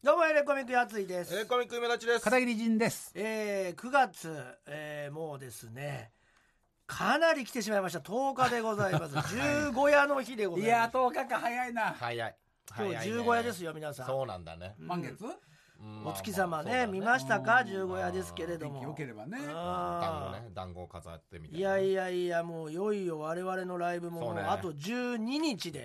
エレコミックやついですエレコミック夢立ちです。片桐仁です。えー、9月、えー、もうですねかなり来てしまいました10日でござい ます15夜の日でございいますやー、10日間早いな。早い。今日早いね15夜ですよ皆さんそうなんだね。満月うんお月様ね,、まあまあ見ましたかそうだね十五夜ですけれど天も気良ければね。団子あね、団子を飾ってみーたいやいや。やいやもういよいよ我々のライブもそうねもうあと12日で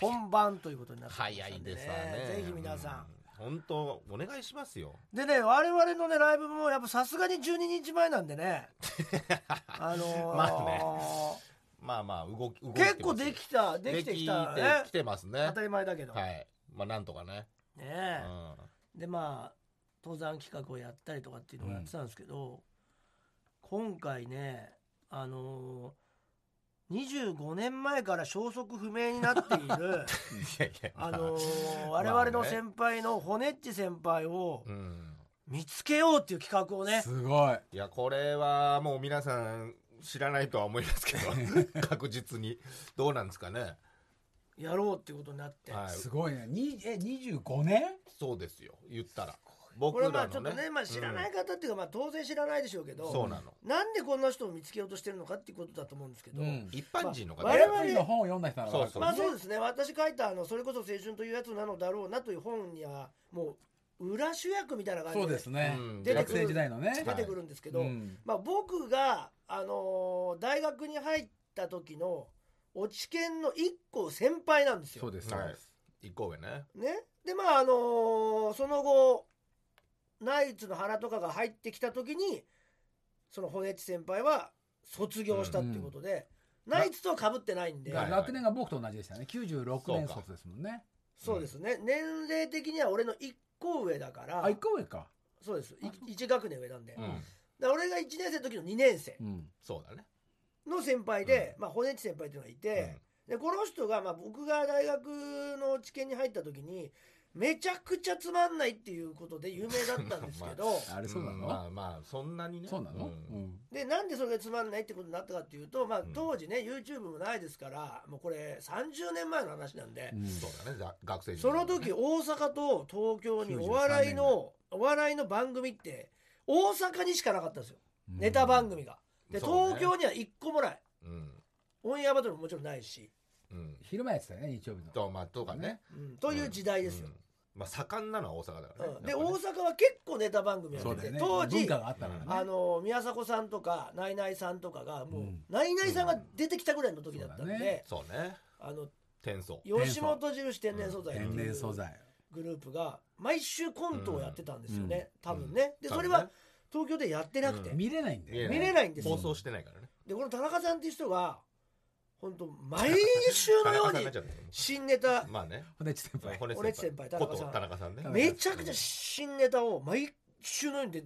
本番ということになってま早したいんででねすわね。ぜひ皆さん、うん。本当お願いしますよ。でね我々のねライブもやっぱさすがに12日前なんで ねあのーまあねまあまあ動き動いてます結構できたできてきたねできてきてますね当。たり前だけど、はい。まあなんとかね。ねうえ、ん。でまあ登山企画をやったりとかっていうのをやってたんですけど、今回ねあのー25年前から消息不明になってい るいやいや。あのーまあ我々の先輩のホネッチ先輩をうん。見つけようっていう企画をねすごい。いやこれはもう皆さん知らないとは思いますけ ど確実にどうなんですかね。やろうっていうことになって、はい。すごいね。にえ、25年そうですよ。言ったら。こ僕れらはのね。まあちょっとね、まあ、知らない方っていうか、まあ、当然知らないでしょうけうどんそうなの。なんでこんな人を見つけようとしてるのかっていうことだと思うんですけど、うん一般人の方、まあ我我々々の本を読んだ人ならわかそるうそうまあねそうですね私書いたあの「それこそ青春というやつなのだろうな」という本にはもう裏主役みたいな感じそうでですねうん。出て学くる生時代のねは。出いてくるんですけうど、んまあ、僕が、あのー大学に入った時の落ち研の一個先輩なんですそうよ。です。はいそうです一個上ね。ね、でまああのーその後ナイツの原とかが入ってきた時にその骨内先輩は卒業したっていうことで、んナイツとはかぶってないんで、だかはいら学年が僕と同じでしたね。96年卒ですもんね。そうですね年齢的には俺の一個上だから。あ、1個上か。そうですあそう1学年上なんで、うだかん。ら俺が1年生の時の2年生うん。そうだね。の先輩で、まあ骨内先輩っていうのがいて、でこの人が、まあ、僕が大学の知見に入った時にめちゃくちゃつまんないっていうことで有名だったんですけど、あれそうなうんまのあまあそんなにね。そうなのんうんでなんでそれがつまんないってことになったかっていうと、まあうん、当時ね YouTube もないですからもうこれ30年前の話なんで、うんそうだね。ざ学生時そ代の時大阪と東京にお笑いのお笑いの番組って大阪にしかなかったんですよネタ番。組が。でそ東うね京には1個もない。うん。オンエアバトルももちろんないし、うん。昼間やってたよね、日曜日の。とまあとかね。うんという時代ですよう、んまあ盛んなのは大阪だからねうん。でやっ大ぱね阪は結構ネタ番組やっそうてて、だよね。当文時化があったからね。あの宮迫さんとかナイナイさんとかがもう、うんナイナイさんが出てきたぐらいの時だったんで、そうだねそうね。あの転送。吉本印天然素材って天い然う素材。グループが毎週コントをやってたんですよね、多分ね。で多そ分れねは東京でやってなくて、うん見れないんだよね。見れないんですよ放送してないからね。でこ の田中さんっていう人が本当毎週のよう田中さんになにっちゃったけど新ネタまあね。ほんでち先輩。骨俺先輩田中さんこと田中さんね。田中めちゃくちゃ新ネタを毎週のようにで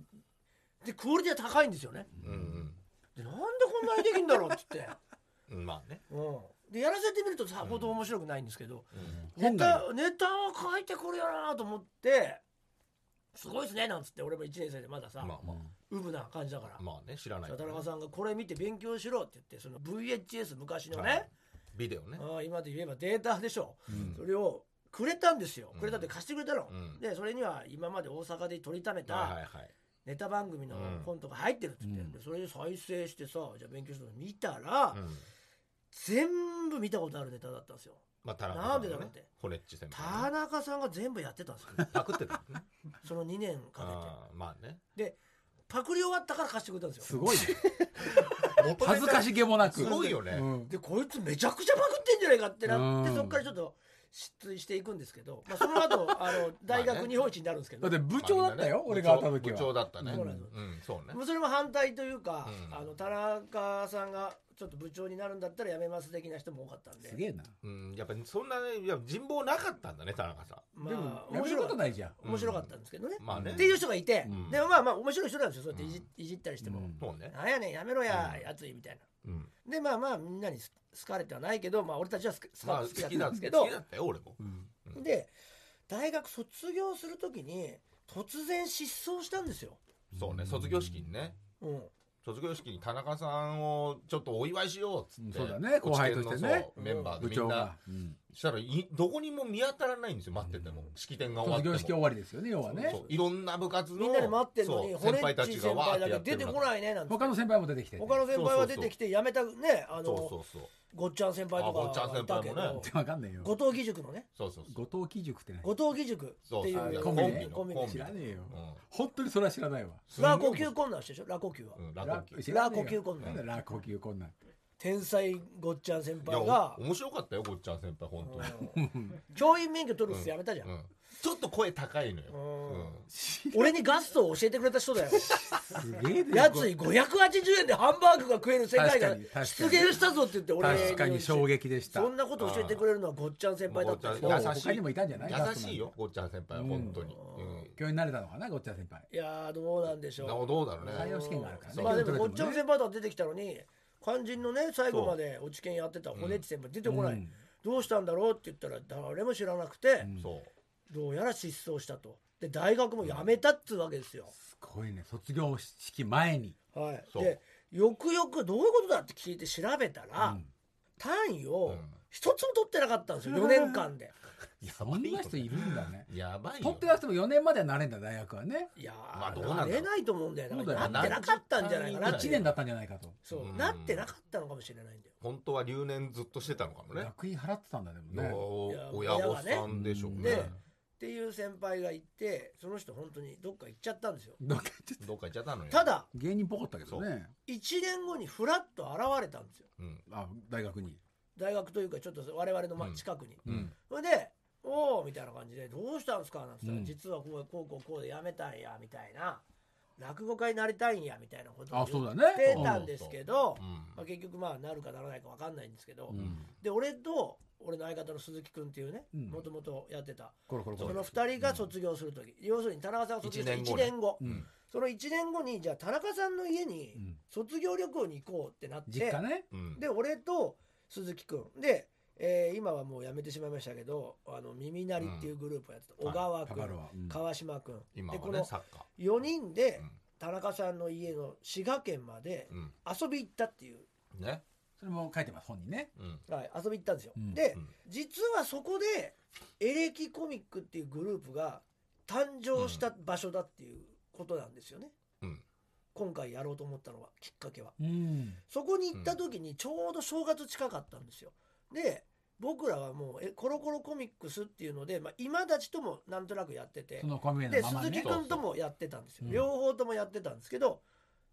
でクオリティが高いんですよねうんでなんでこんなにできんだろうっつって、うん。まあね。うん、でやらせてみるとさほど面白くないんですけど、本ネ来タネタは書いてくるよなと思ってすごいですねなんつって俺も1年生でまださ、まあまウブな感じだからあ、まあね知らない。田中さんがこれ見て勉強しろって言ってその VHS 昔のね、はいビデオね。ああ今で言えばデータでしょ、うんそれをくれたんですようんくれたって貸してくれたの、うんでそれには今まで大阪で取りためはいはたいはい。ネタ番組のうんコントが入ってるって言って、うんでそれで再生してさじゃあ勉強して見たら、うん全部見たことあるネタだったんですよまあ田中なさんんでだのろうっねて。ホネッチ先輩田ね。中さんが全部やってたんですよパクってたのね。その2年かあーまあね。けてでパクリ終わったから貸してくれたんですすよごいね。恥ずかしげもなく。すごいよね。うんでこいつめちゃくちゃパクってんじゃないかってなってうんそこからちょっと失墜していくんですけど、まあ、その後あの大まあ学ね日本一になるんですけだど、って部長だったよ、俺が会った時部長は。だったね。そううんなんですうんそうねも。うそれも反対というか、うんあの田中さんがちょっと部長になるんだったら辞めます的な人も多かったんですげえな。うんやっぱりそんなねいや人望なかったんだね田中さでもまあ、や面める白こかとったないじゃん。うん面白かったんですけどね、ん。まあね。っていう人がいて、うんでもまあまあ面白い人なんですよそうやっていじ,、いじったりしても、うんそうね。なんやねんやめろや、うんやついみたいなうん。でまあまあみんなにす好かれてはないけどまあ俺たちはすすまあ好好きだっきただんっですけけど、ど。好きだったよ俺も。うんうんで大学卒業するときに突然失踪したんですよ、そうね卒業式にね。うん、卒業式に田中さんをちょっとお祝いしようっつって、そうだね後輩としてねそうメンバーで部みん長なが。うんしたらいどこにも見当たらないんですよ待ってても、うん式典が終わっ卒ても業式終わりですよね要はねそういろんな部活のみんなで待ってるのにそうホレ先輩ッたチち先がわー輩ってやだっけ出てるて中こないねなんて他の先輩も出てきて他の先輩は出てきてやめたねあそうのそうそうごっちゃん先輩とかあごっちゃんはい先た輩けもねどわかんないよ後藤義塾のねそうそうそう後藤貴塾ってね後藤義塾っていそうそううコンビねコンビコンビコンビ知らねえようん本当にそれは知らないわすんごいラ呼吸困難してるでしょラ呼吸はうん、ラコンキ知らラねえ呼よ吸困なん難だラ呼吸こん なん天才ごっちゃん先いや輩がお面白かったよごっちゃん先輩本当に、うん教員免許取るっすやめたじゃんうんちょっと声高いのよ、うんうん俺にガストを教えてくれた人だよすげえでやつい580円でハンバーグが食える世界が確かに確かに出現したぞって言って俺確かに衝撃でしたそんなこと教えてくれるのはごっちゃん先輩だったんですごよっちゃんもう優しい他にもいたんじゃない優しいよごっちゃん先輩はうん本当に、ううんん教員になれたのかなごっちゃん先輩いやーどうなんでしょうなどうだろうね採用試験があるからねまあでそうもいうこっことちでのすもんね先輩とは出てきたのに肝心のね最後まで落ち研やってた骨地先輩出てこない、うんどうしたんだろうって言ったら誰も知らなくて、うんそうどうやら失踪したとで大学も辞めたっつうわけですよ、すごいね卒業式前にはい、そうでよくよくどういうことだって聞いて調べたら、うん単位をうん一つも取ってなかったんですよ4年間でそんな人いるんだねやばいよ取ってなくても4年まではなれんだ大学はねいやー、まあどうなんだろうなれないと思うんだよそうだなよなってなかったんじゃないかななってい1う年だったんじゃないかとそう、うんなってなかったのかもしれないんだよ本当は留年ずっとしてたのかもね学費払ってたんだでねもねいや親御さんでしょうねでっていう先輩がいてその人本当にどっか行っちゃったんですよどっか行っちゃったどっか行っちゃったのよた、だ芸人っぽかったけどね1年後にふらっと現れたんですようんあ大学に大学というかちょっと我々のまうん近くに、うんそれで「おお」みたいな感じで「どうしたんですか?」なんつったら、うん実はこうこうこうこうでやめたんや」みたいな「落語家になりたいんや」みたいなことあをそう言だっねてたんですけど、うんまあ、結局まあなるかならないか分かんないんですけど、うんで俺と俺の相方の鈴木君っていうねうんもともとやってたコロコロコそロの2人が卒業する時、要するに田中さんが卒業した一年後1ね年後、うんその1年後にじゃあ田中さんの家にうん卒業旅行に行こうってなって、実家ねうんで俺と鈴木君で、えー今はもうやめてしまいましたけどあの耳鳴りっていうグループをやってた、うん小川パ君、パロはうん川島君、今ではこねのサッカ4人でー田中さんの家の滋賀県までうん遊び行ったっていう、うんねそれも書いてます本にねうんはい、遊び行ったんですよ、うんで、うん実はそこでエレキコミックっていうグループが誕生した場所だっていうことなんですよね、うん今回やろうと思ったのはきっかけはうんそこに行った時にちょうど正月近かったんですよで僕らはもうえコロコロコミックスっていうので、まあ、今立ちともなんとなくやっててそのコミュニでのまま鈴木ね君ともやってたんですよ、うん両方ともやってたんですけど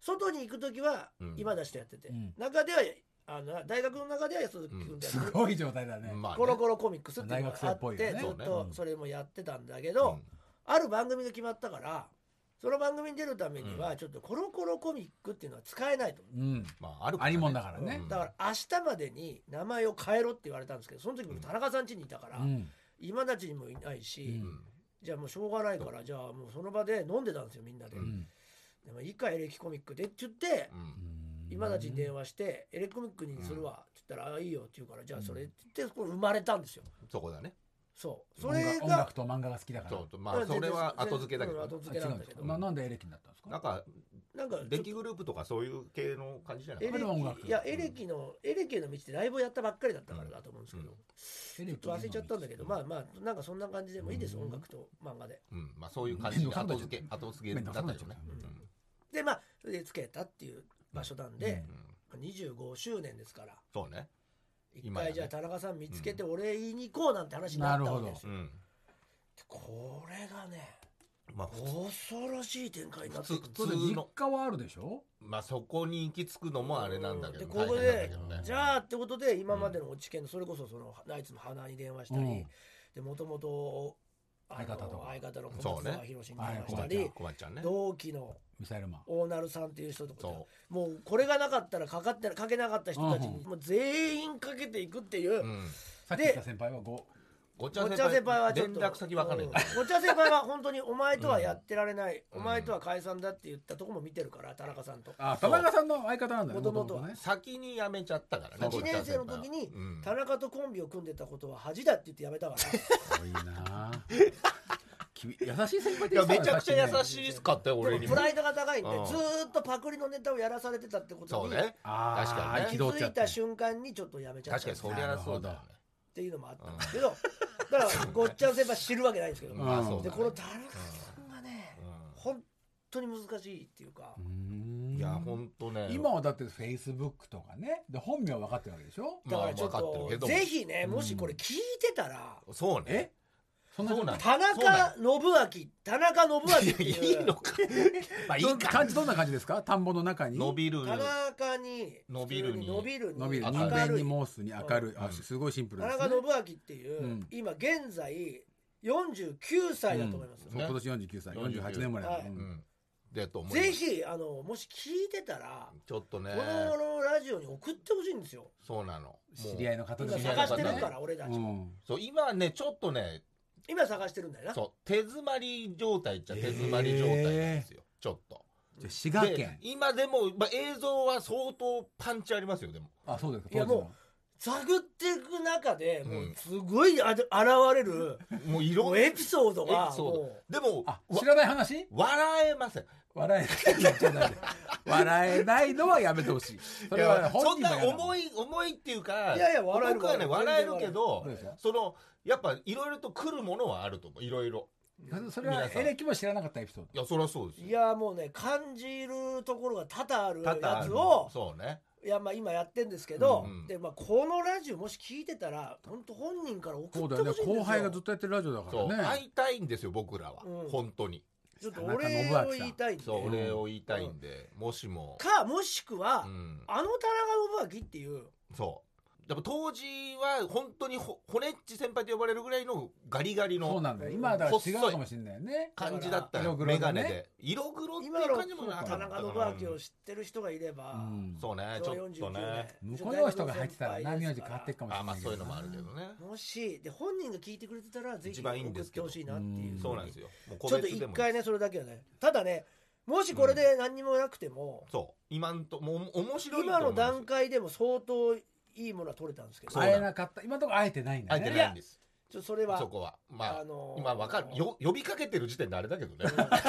外に行く時はうん今立ちとやってて、うん中ではあの大学の中では鈴木君とやってすて、ごい状態だねまあねコロコロコミックスっていうのが大学生あっっぽいてよねずっとうんそれもやってたんだけど、ある番組が決まったからその番組に出るためにはちょっとコロコロコミックっていうのは使えないと、うんまああるありもんだからねうんだから明日までに名前を変えろって言われたんですけどその時も田中さん家にいたから、うん今たちにもいないし、ううんじゃあもうしょうがないからじゃあもうその場で飲んでたんですよみんなで。うんでもいいかエレキコミックでって言って、うん今たちに電話して、エレキコミックにするわって言ったら、あいいよって言うからじゃあそれって言ってこれ生まれたんですよ。そこだねそうそ音楽れ音が楽と漫画が好きだからそうまあそれは後付けだけうんど後あ付違けなうんんだでけすどかななんでエレキになったんですなんかかなんか電気グループとかそういう系の感じじゃなエいレこれは音楽キいやエレキの、エレキの道ってライブをやったばっかりだったからだと思うんですけど、うんエレちょっと忘れちゃったんだけど、うんまあまあなんかそんな感じでもいいです、うん音楽と漫画で。うんまあそういう感じ面倒くさくな後っち付ゃうけ後付けだったよね面倒くさくなっちゃううんでまあそれでつけたっていう場所なんで、うん25周年ですからそうね一今や回ねじゃあ田中さん見つけてお礼言いに行こうなんて話になったわけですよ。うんこれがねまあ普通恐ろしい展開になっていく普それで実家はあるでしょまあそこに行き着くのもあれなんだけでどここ大変なんだでけどねじゃあってことで今までの知見のそれこそそのナイツの花に電話したり、うんでもともとあの相方とか相方のそ小松うね川宏に電話したはい小り、松小松ちゃんね同期のミサイルマン大成さんっていう人とかそもうこれがなかったらかかってかけなかった人たちにうんもう全員かけていくっていう。ううんさっき言った先輩は5ごっちゃごんっちゃん先輩はちょっ連と絡先わかんないんだうごっちゃん先輩は本当にお前とはやってられない、うんお前とは解散だって言ったとこも見てるから田中さんと、あ田中さんの相方なんだね元々は元々ね先に辞めちゃったからね1年生の時にうん田中とコンビを組んでたことは恥だって言ってやめたからすごいなあ君優しい先輩っいて言やってめたちゃわくねちゃ優しいっすかったよ 俺でもにプもライドが高いんでうんずーっとパクリのネタをやらされてたってことそうにねあー確かにね気憤っちづゃっいてた瞬間にちょっとやめちゃった確かにそりゃそうだよねっていうのもあったんですけど、だからごっちゃん先輩知るわけないんですけど、んまあそうだねでこの田中さんがね、本当に難しいっていうか、うんいやん本当ね今はだってフェイスブックとかねで本名は分かってるわけでしょだからちょっまあ分かっとてるけ、どもぜひねもしこれ聞いてたら、そうねそんな状そうなん田態中信明田中信明っていやいいういの かまあいいどか感じどんな感じですか田んぼの中に伸びる田中に伸びるに伸びるに伸びる明る人い間に明モースに明るい、あうんすごいシンプルで田すね中信明っていう、うん今現在49歳だと思いますよ、そう今年49歳48年生まれだ、はいうんうんでと思いますぜひあのもし聞いてたら、ちょっとねこのラジオに送ってほしいんですよそうなの知り合いいの方で今も探してる知り合いのか方ら俺たち、うんそう今ねちょっとね今探してるんだよなそう手詰まり状態っちゃ手詰まり状態なんですよちょっとじゃあ滋賀で県今でも、まあ、映像は相当パンチありますよでもあそうですかいや当時のも探っていく中でうんもうすごいあで現れる、もういもろうんなエピソードエがピソードもでもあわ知らない話笑えません笑えないじゃない 笑えないのはやめてほしいそれいはや本そん人がなやる重い重いっていうかいやいや笑える僕はね笑えるけどそうですよそのやっぱいろいろと来るものはあると思ういろいろそそれは皆さんエレキも知らなかったエピソーいやそりゃそうですうよいやもうね感じるところが多々ある多々あやるつをそうねいやまあ今やってんですけど、うんうんでまあ、このラジオもし聞いてたら本当本人から送ドそうってほだしいよんですよね後輩がずっとやってるラジオだかそうら会ねいたいんですよ僕らはうん本当にちょっとお礼を言いたいんでそううん俺を言いたいんでもしもかもしくは、うんあの田中信明っていうそう。でも当時は本当にほ骨っち先輩と呼ばれるぐらいのガリガリそうのなんだよ今はだから違うかもしれないよね感じだっただよ、かメガら色黒のネねで。色黒ってい今のう感じもなかった田な中信明を知ってる人がいれば、うんそうね、ち昭和ょっとね。 49向こうの人が入ってたら何名字変わっていくかもしれなあいまあけそどういうのもあるけどね。もしで本人が聞いてくれてたらぜひ一番いいん送でっすけてどほしいなっていううんふそううなんにですちよ。もうょ個っと別で一もいい回ねそれだけはねただねもしこれで何にもなくても、そう。今んと、もうお面白いと今の思います段階でも相当いいものは取れたんですけどそうち会えなかった今のところ会えてないんだあいねてないんです。ょっとそれはそこは。まああの、ー今わかる。よ呼びかけてる時点であれだけど ね。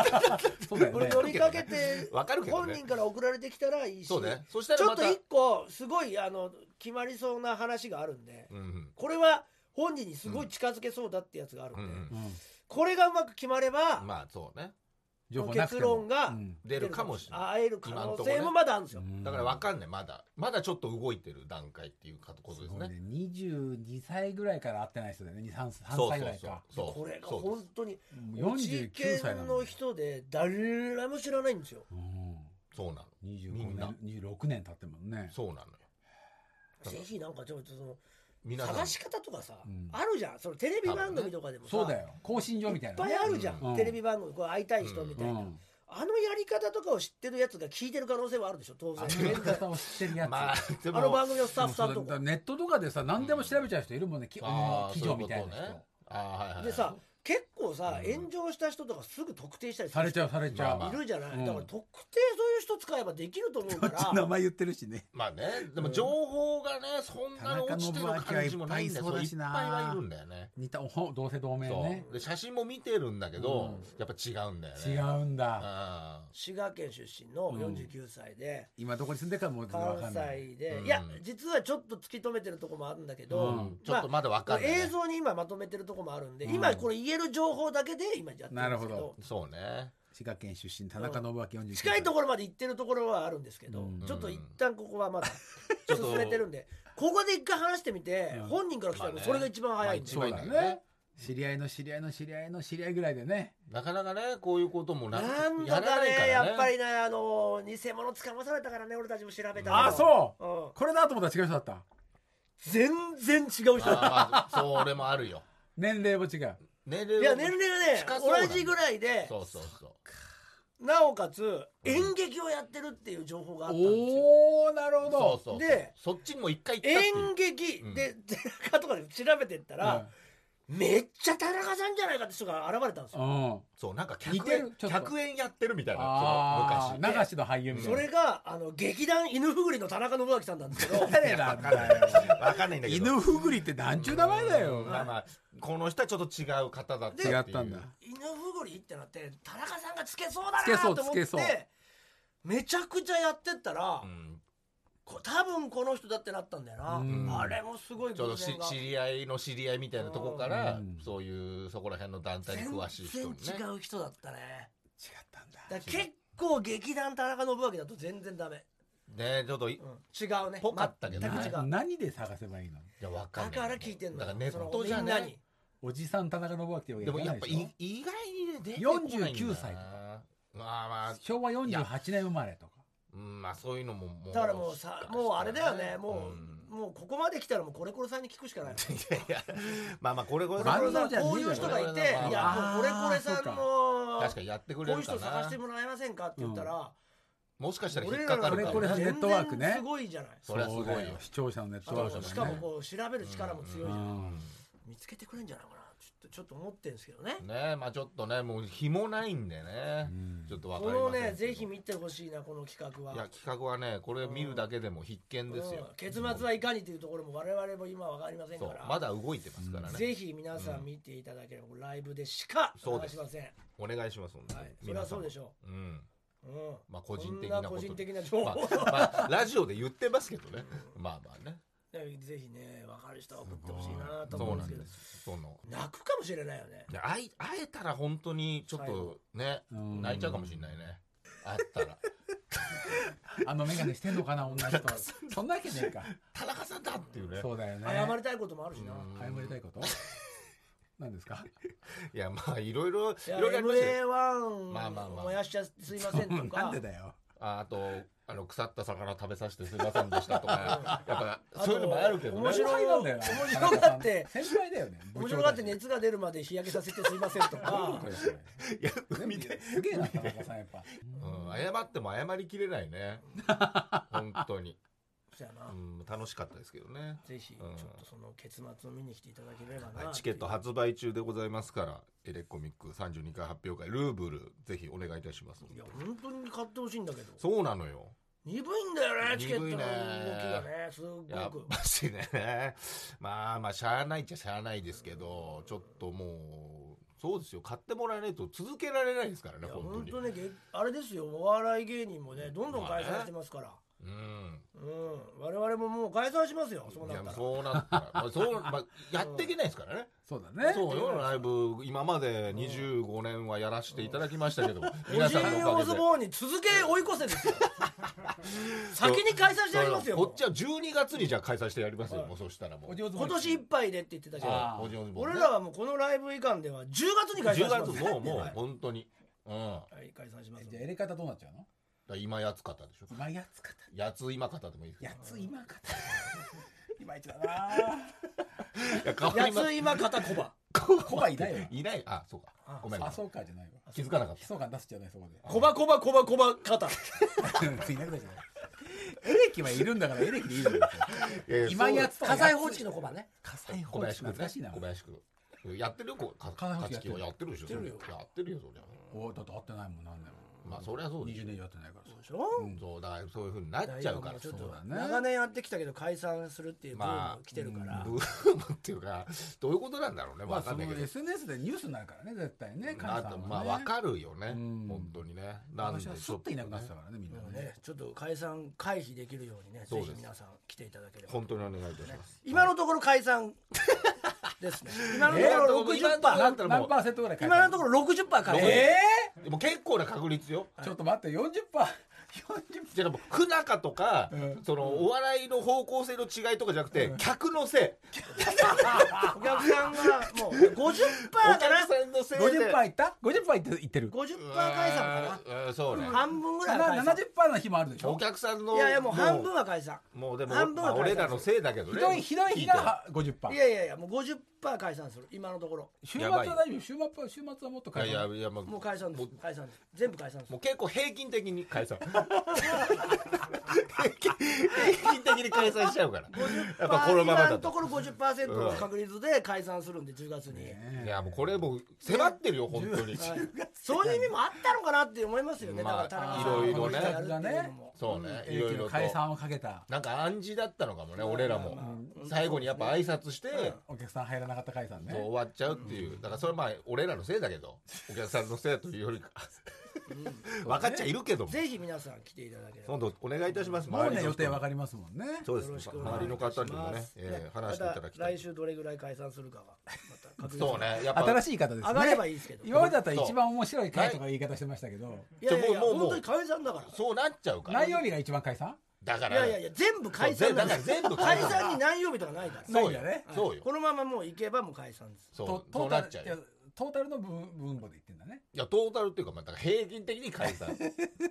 そうだよこれね呼びかけてわかるけど本ね人。から送られてきたらいいし、そうね。そしたちらょっまとた。一個すごいあの決まりそうな話があるんで、うんうんこれは本人にすごい近づけそうだってやつがあるんうで、んうんうんこれがうまく決まれば、まあそうね。情報なく結ても論がうん出るかもしれない。会える可能性もまだあるんですよ、だからわかんない、まだ。まだちょっと動いてる段階っていうかことですそうねね。 22歳ぐらいから会ってない人だよね23そう歳そぐらういそうか。そうこれがそう本当にもう地49歳な県ののに人で誰も知らないんですようんそうなの。み25んな年26年経ってもねそうなのよ。だかぜらひなんかちょっとその皆さん。探し方とかさ、うんあるじゃんそのテレビ番組とかでもさ、そうだよ更新所みたいいっなぱねいあるじゃん、うんテレビ番組こう会いたい人みたいな、うんあのやり方とかを知ってるやつが聞いてる可能性はあるでしょ当あ然のやり方を知ってるやつまあ、であのも、番組のスタッフさんとそうだかネットとかでさ何でも調べちゃう人いるもんねきああのあ、記そうい事うことみたいなね人。ああ、はいはいはい。でさ結構さ、うん炎上した人とかすぐ特定したりすさるれち人ゃうされちゃうまあいるじゃない、うんだから特定そういう人使えばできると思 うこかっち名ら前言ってるしねまあね、でも情報がね、そんなに落ちてる感じもないんだ田よ。中信明はいっぱいいそうだいっしなぱいはいるんだよね。似たおほ同姓同名ねそう。で、写真も見てるんだけどうん、やっぱ違うんだよね。違うんだああ。滋賀県出身の49歳で、今どこに住んでるかもう分か関んない西で、うんいや実はちょっと突き止めてるとこもあるんだけど、うんちょっとまだわかんないね映像に今まとめてるとこもあるんで、うん今これ言える情報だけで今やってるんですけなるどほそうね。滋賀県出身田中信明49近いとこころまで行ってるところはあるんですけど、うんちょっと一旦ここはまだちょっと進めてるんでここで一回話してみて、うん本人から来たらまあねそれが一番早いんで、まあ一そうだ近いんだよねね知り合いの知り合いの知り合いの知り合いぐらいでねなかなかね、こういうこともななんとかやらないねからね。やっぱりねあの偽物捕まされたからね俺たちも調べたけどあそううんこれだと思ったら違う人だった全然違う人だっああ。まあそれもあるよ。年齢も違う年た齢いや年齢がね近そうなんだ同じぐらいでそうそうそう。なおかつ演劇をやってるっていう情報があったんですよおおなるそほうどそうそうでそっちにも一回行ったっていう演劇うんで田中とかで調べてったら、めっちゃ田中さんじゃないかって人が現れたんですうよ、んうんそうなんか似100て円るちょっと100円やってるみたいなそああう流昔しの俳優みたいそなれがあの劇団犬ふぐりの田中信明さんなんですけ ど誰なんだよわかんないんだけど 犬ふぐりって何ちゅう名前だよまあまあこの人はちょっと違う方だったっていう違ったんだ犬ふぐりってなって田中さんがつけそうだつけなそうと思っつけそうてめちゃくちゃやってったら、うんこ多分この人だってなったんだよな、うんあれもすごいちょうど偶し然が知り合いの知り合いみたいなとこから、うんそういうそこら辺の団体に詳しい人に全ね然違う人だったねったんだだから結構劇団田中信明だと全然ダメ、ねちょっというん、違うねぽかったけどね全く違う何で探せばいいのやわかんだないから聞いてんのだよからネそのットじゃみんなねにおじさん田中信明ってわけでもにいやかっぱないでいしょ意外にね出てこないんだよな49歳とまあまあ昭和48年生まれとかうんまあそういうのももだからもうさもうあれだよねもう、んもうここまで来たらもうコレコレさんに聞くしかない いやいやまあまあこれこれコレコレ万さ能んじゃねえよこういう人がいていまあやもうコレコレあさーんの確かにやってくこれういうるか人探してなもらえませんかって言ったら、もしかしたら引俺っらのかかコるレかコもレ俺ねこれネットワークねすごいじゃないそりゃすごいようだ視聴者のネッあトワーとクだもんねしかもこう調べる力も強いじゃん、うん見つけてくれんじゃないかなちょっとちょっと思ってるんですけどねねまあちょっとねもう日もないんでねうんちょっとわかこりのませんけどねぜひ見てほしいなこの企画はいや企画はねこれ見るだけでも必見ですようん結末はいかにというところも我々も今わかりませんかそうらまだ動いてますからねぜひ皆さん見ていただければ、ライブでしかそう流ですしませんはいお願いします本当にそれは皆そ様うでしょうんう、うんまあ個人的なことこんな個人的な情まあ報、まあラジオで言ってますけどねまあまあ ねぜひね分かる人は送ってほしいなとそ思ううでんなすけんどですその泣くかもしれないよねいや会い会えたら本当にちょっ最と後ねうん泣いちゃうかもしれないね会った らあの眼鏡してんのかな女の人そんなわけねえか田中さんだっていうねそうだよね謝りたいこともあるしな、うん謝りたいこと何ですかいやまあいろいろいいやろいろありますよ MA1 まあまあまあ燃やしちゃすいませんとなかんでだよああとあの腐った魚食べさせてすいませんでしたと かやっぱとそういうのもあるけどね面白い先輩なんだよな面白がって先輩だよね面白がって熱が出るまで日焼けさせてすいませんと かいや 見見てて、すげえな田中さんやっぱうん、謝っても謝りきれな いね本当に、そうやな、うん、楽しかったですけどね、ぜひちょうっんとその結末を見に来ていただければな、はい、チケット発売中でございますからエレコミック32回発表会ルーブルぜひお願いいたしますいや本当に買ってほしいんだけどそうなのよ鈍いんだよねチケットの鈍い動きねがねすっいや ごくマジでねまあまあしゃあないっちゃしゃあないですけどちょっともうそうですよ買ってもらえないと続けられないですからいねや本当本に当ねげあれですよお笑い芸人もねどんどん解散してますから、うんうん我々ももう解散しますよそういなっやたらそうなったら、まあ、そう、まあ、やっていけないですから ね。そうだねそうよ、ライブ、今まで25年はやらせていただきましたけど、皆オジさんー・のおオかズげで。ボーンに続け追い越せですよ先に解散してやりますよこっちは12月にじゃあ開催してやりますよ、はいもうそうしたらもう。お上手今年いっぱいでって言ってたけそうどあーおじおじもね俺らはもうこのライブ以下では10月に解散10します月もう、もはう本当に。うん。だかいはい解散しますじゃあやり方どうなっちゃうのら今やつ方でしょ。今やつ方やつ今方でもいいですけやつ今方いまいちだなど。いや、変わやりまつ今片小葉コバいないわいない、あ、そうかあ。ごめんあ。そうかじゃないわ気づかなかっ悲壮感出すじゃない そこで小葉小葉小葉小葉片ついなくなっちゃうエレキはいるんだからエレキでいいだろた。いやいや今やつ火災報知器の小葉ね火災小報知林君懐かしいねな。小林君。やってるよ、こう、か金勝欲しいやって樹はやってるでるしょ。それやってるよ、そりゃ。おだって会ってないもん何年もまあ、そりゃそうでしょ20。年以上会ってないからでしょそうだからそういうふうになっちゃうからちょっそとうだね長年やってきたけど解散するっていうブーム来てるからブームっていうかどういうことなんだろうねまあ分かそんないのけど、 SNS でニュースになるからね絶対ねあカナさとんまあは分ねかるよねうん本当にねなんで私ちょはっすっていなくなってたからねみんなもうねねちょっと解散回避できるようにねそうぜですひ皆さん来ていただければ本当にお願いいたします今のところ解散ですね今のところ60%今のところパだーったらも何うパーセントぐらい今のとこころ60%パー解散えでも結構な確率よえちょっと待って40パー40じゃあもう不仲とか、うんそのお笑いの方向性の違いとかじゃなくて、客のせいお客さんがもう50%おか客なさんのせいで50パーいった50パーいっていってる50%解散かうーんそうねな半分ぐらいは解70散パーの日もあるでしおょ客さんのいやいやもう半分は解散もうでも、半分まはあ、解散俺らのせいだけどひねどいひどい日が50パいーやいやいやもう50%解散する今のところ週末は大丈夫週末は週末はもっ聞とい買てえいやいやいやもうもう解散ですも解散です全部解散ですもう結構平均的に解散平均的に解散しちゃうからやっぱこのまま今だのとところ50%の確率で解散するんで10月に、いやもうこれもう迫ってるよ本当にはいそういう意味もあったのかなって思いますよね、まあだから田中いろいろねさんがこういう人やるっていうのもそうねいエろいレキろのと解散をかけたなんか暗示だったのかもね俺らもまあまあ最後にやっぱ挨拶してお客さん入らなかった解散ねそう終わっちゃうっていうだからそれはまあ俺らのせいだけどお客さんのせいというよりか分かっちゃいるけども。ぜひ皆さん来ていただければ今度お願いいたします。もう周りねの予人定わかりますもんねそうでよろすしね。くお願周いりいのたし方にもまねす、えーま話していただきたい来。週どれぐらい解散するかはまた確認そうね、やっぱ新しい方ですね上がればいいですけど今までだったら一番面白い回とか言い方してましたけどいやいやいやもうもうもう本当に解散だかそうなっちゃうから。何曜日が一番解散だかららいやいやいや全部解散なんでそうすぜだから解全部解散散に何曜日とかないからそうなよいんだね。そうよ。このままもういけばもう解散ですそうとそうなっちゃルういよや。トータルの分分母で言ってんだねいや、トータルっていうか、まあ、だから平均的に解散。い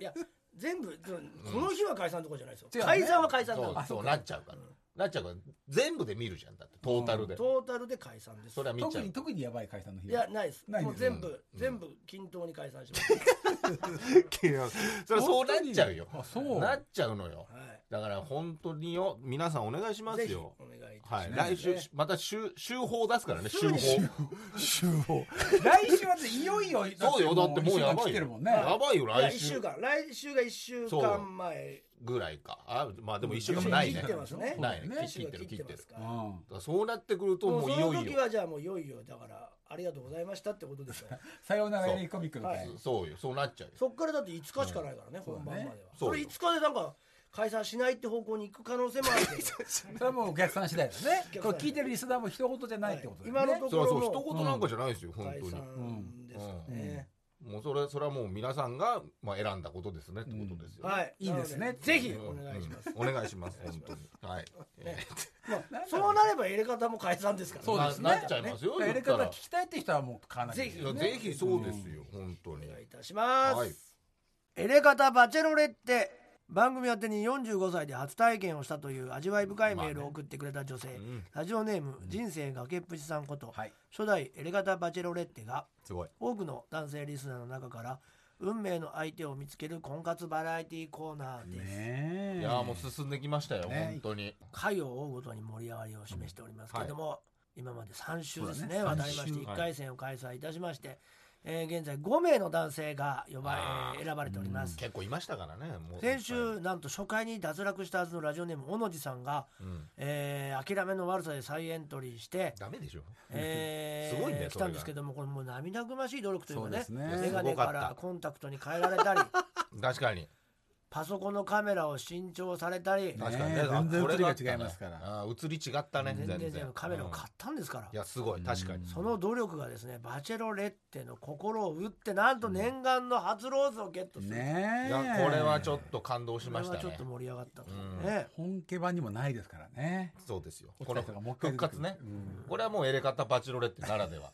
や全部そのこの日は解散とかじゃないですよ、違うね解散は解散だそうかそうなっちゃうから。なっちゃうから、全部で見るじゃん。だって、トータルらで。トータルで解散ですそれは見ち特ゃうに。特にやばい解散の日いやないですないもうです全部、うん全部均等に解散しま す、はいそれはそうなっちゃうよあ。そうなっちゃうのよ。だから本当によ、皆さんお願いしますぜひよお。願いいたしまはす、い。ね来週、また週、週報出すからね、すぐ週に週報。週を来週はねいよいよそうよ、だってもうや一週間ば来いてよ。るもんねやばいよ、いや来1週週間来週が1週間前ぐらいか。あ、まあでも一週間もない切ねっ。てますねないそうだね。ね切ってる、切ってる。だかうらもんからそうなってくると、もうういそよのい時よ。はじゃあもういよいよだからありがとうございましたってことですよねさようならエレコミックのは回そうよ、そうなっちゃうよ。そっからだって5日しかないからね、本番まではそうそ,、だねれ5日でなんか解散しないって方向に行く可能性もあるけどそれはもうお客さん次第ですねお客こさんれ聞いてるリスナーも一言じゃないってことだよね、はい今のとこそうろそのう、一言なんかじゃないですよ、本解当に。散ですよね、もうそれ、それはもう皆さんが、まあ、選んだことですね、ってことですよね。はいいいですねなのぜひうんお願いします、うんお願いします、本当に。はい。えーまあ、そうなれば入れ方も解散ですから、そうですねななっちゃいますよだからや言りった方ら聞きたいって人はもう買わなきゃい けいなやいねぜひそうですよ、本当にお。願いいたします、はいエレガタバチェロレッテ番組宛てに45歳で初体験をしたという味わい深いメールを送ってくれた女性、うんラジオネーム、人生崖っぷちさんこと、はい初代エレガタバチェロレッテがすごい。多くの男性リスナーの中から運命の相手を見つける婚活バラエティコーナーです、ねえいやーもう進んできましたよ、ね本当に。回を追うごとに盛り上がりを示しておりますけれども、今まで3週ですねそうだね渡りまして三週1回戦を開催いたしまして、えー現在5名の男性が呼ばあえーー選ばれております結構いましたからね、もう。先週なんと初回に脱落したはずのラジオネーム小野寺さんが、うん。えー諦めの悪さで再エントリーして、ダメでしょ。えーすごいねそれ来たがんですけどもこれもう涙ぐましい努力というかねそうですねメガネかすごかっらたコンタクトに変えられたり 確かに。パソコンのカメラを新調されたり確かにねえあ全然これ映りが違いますからああー、映り違ったね、全然全全然然。カメラをうん買ったんですからい。や、すごい、確かに。その努力がですねバチェロレッテの心を打ってなんと念願の初ローズをゲットする、ねえいや、これはちょっと感動しこまれしはたね。ちょっと盛り上がったというね、本家版にもないですからねそうですよ。落このちた人がもう一回復活ね出てくるうん。これはもうエレカタバチロレッテならで は。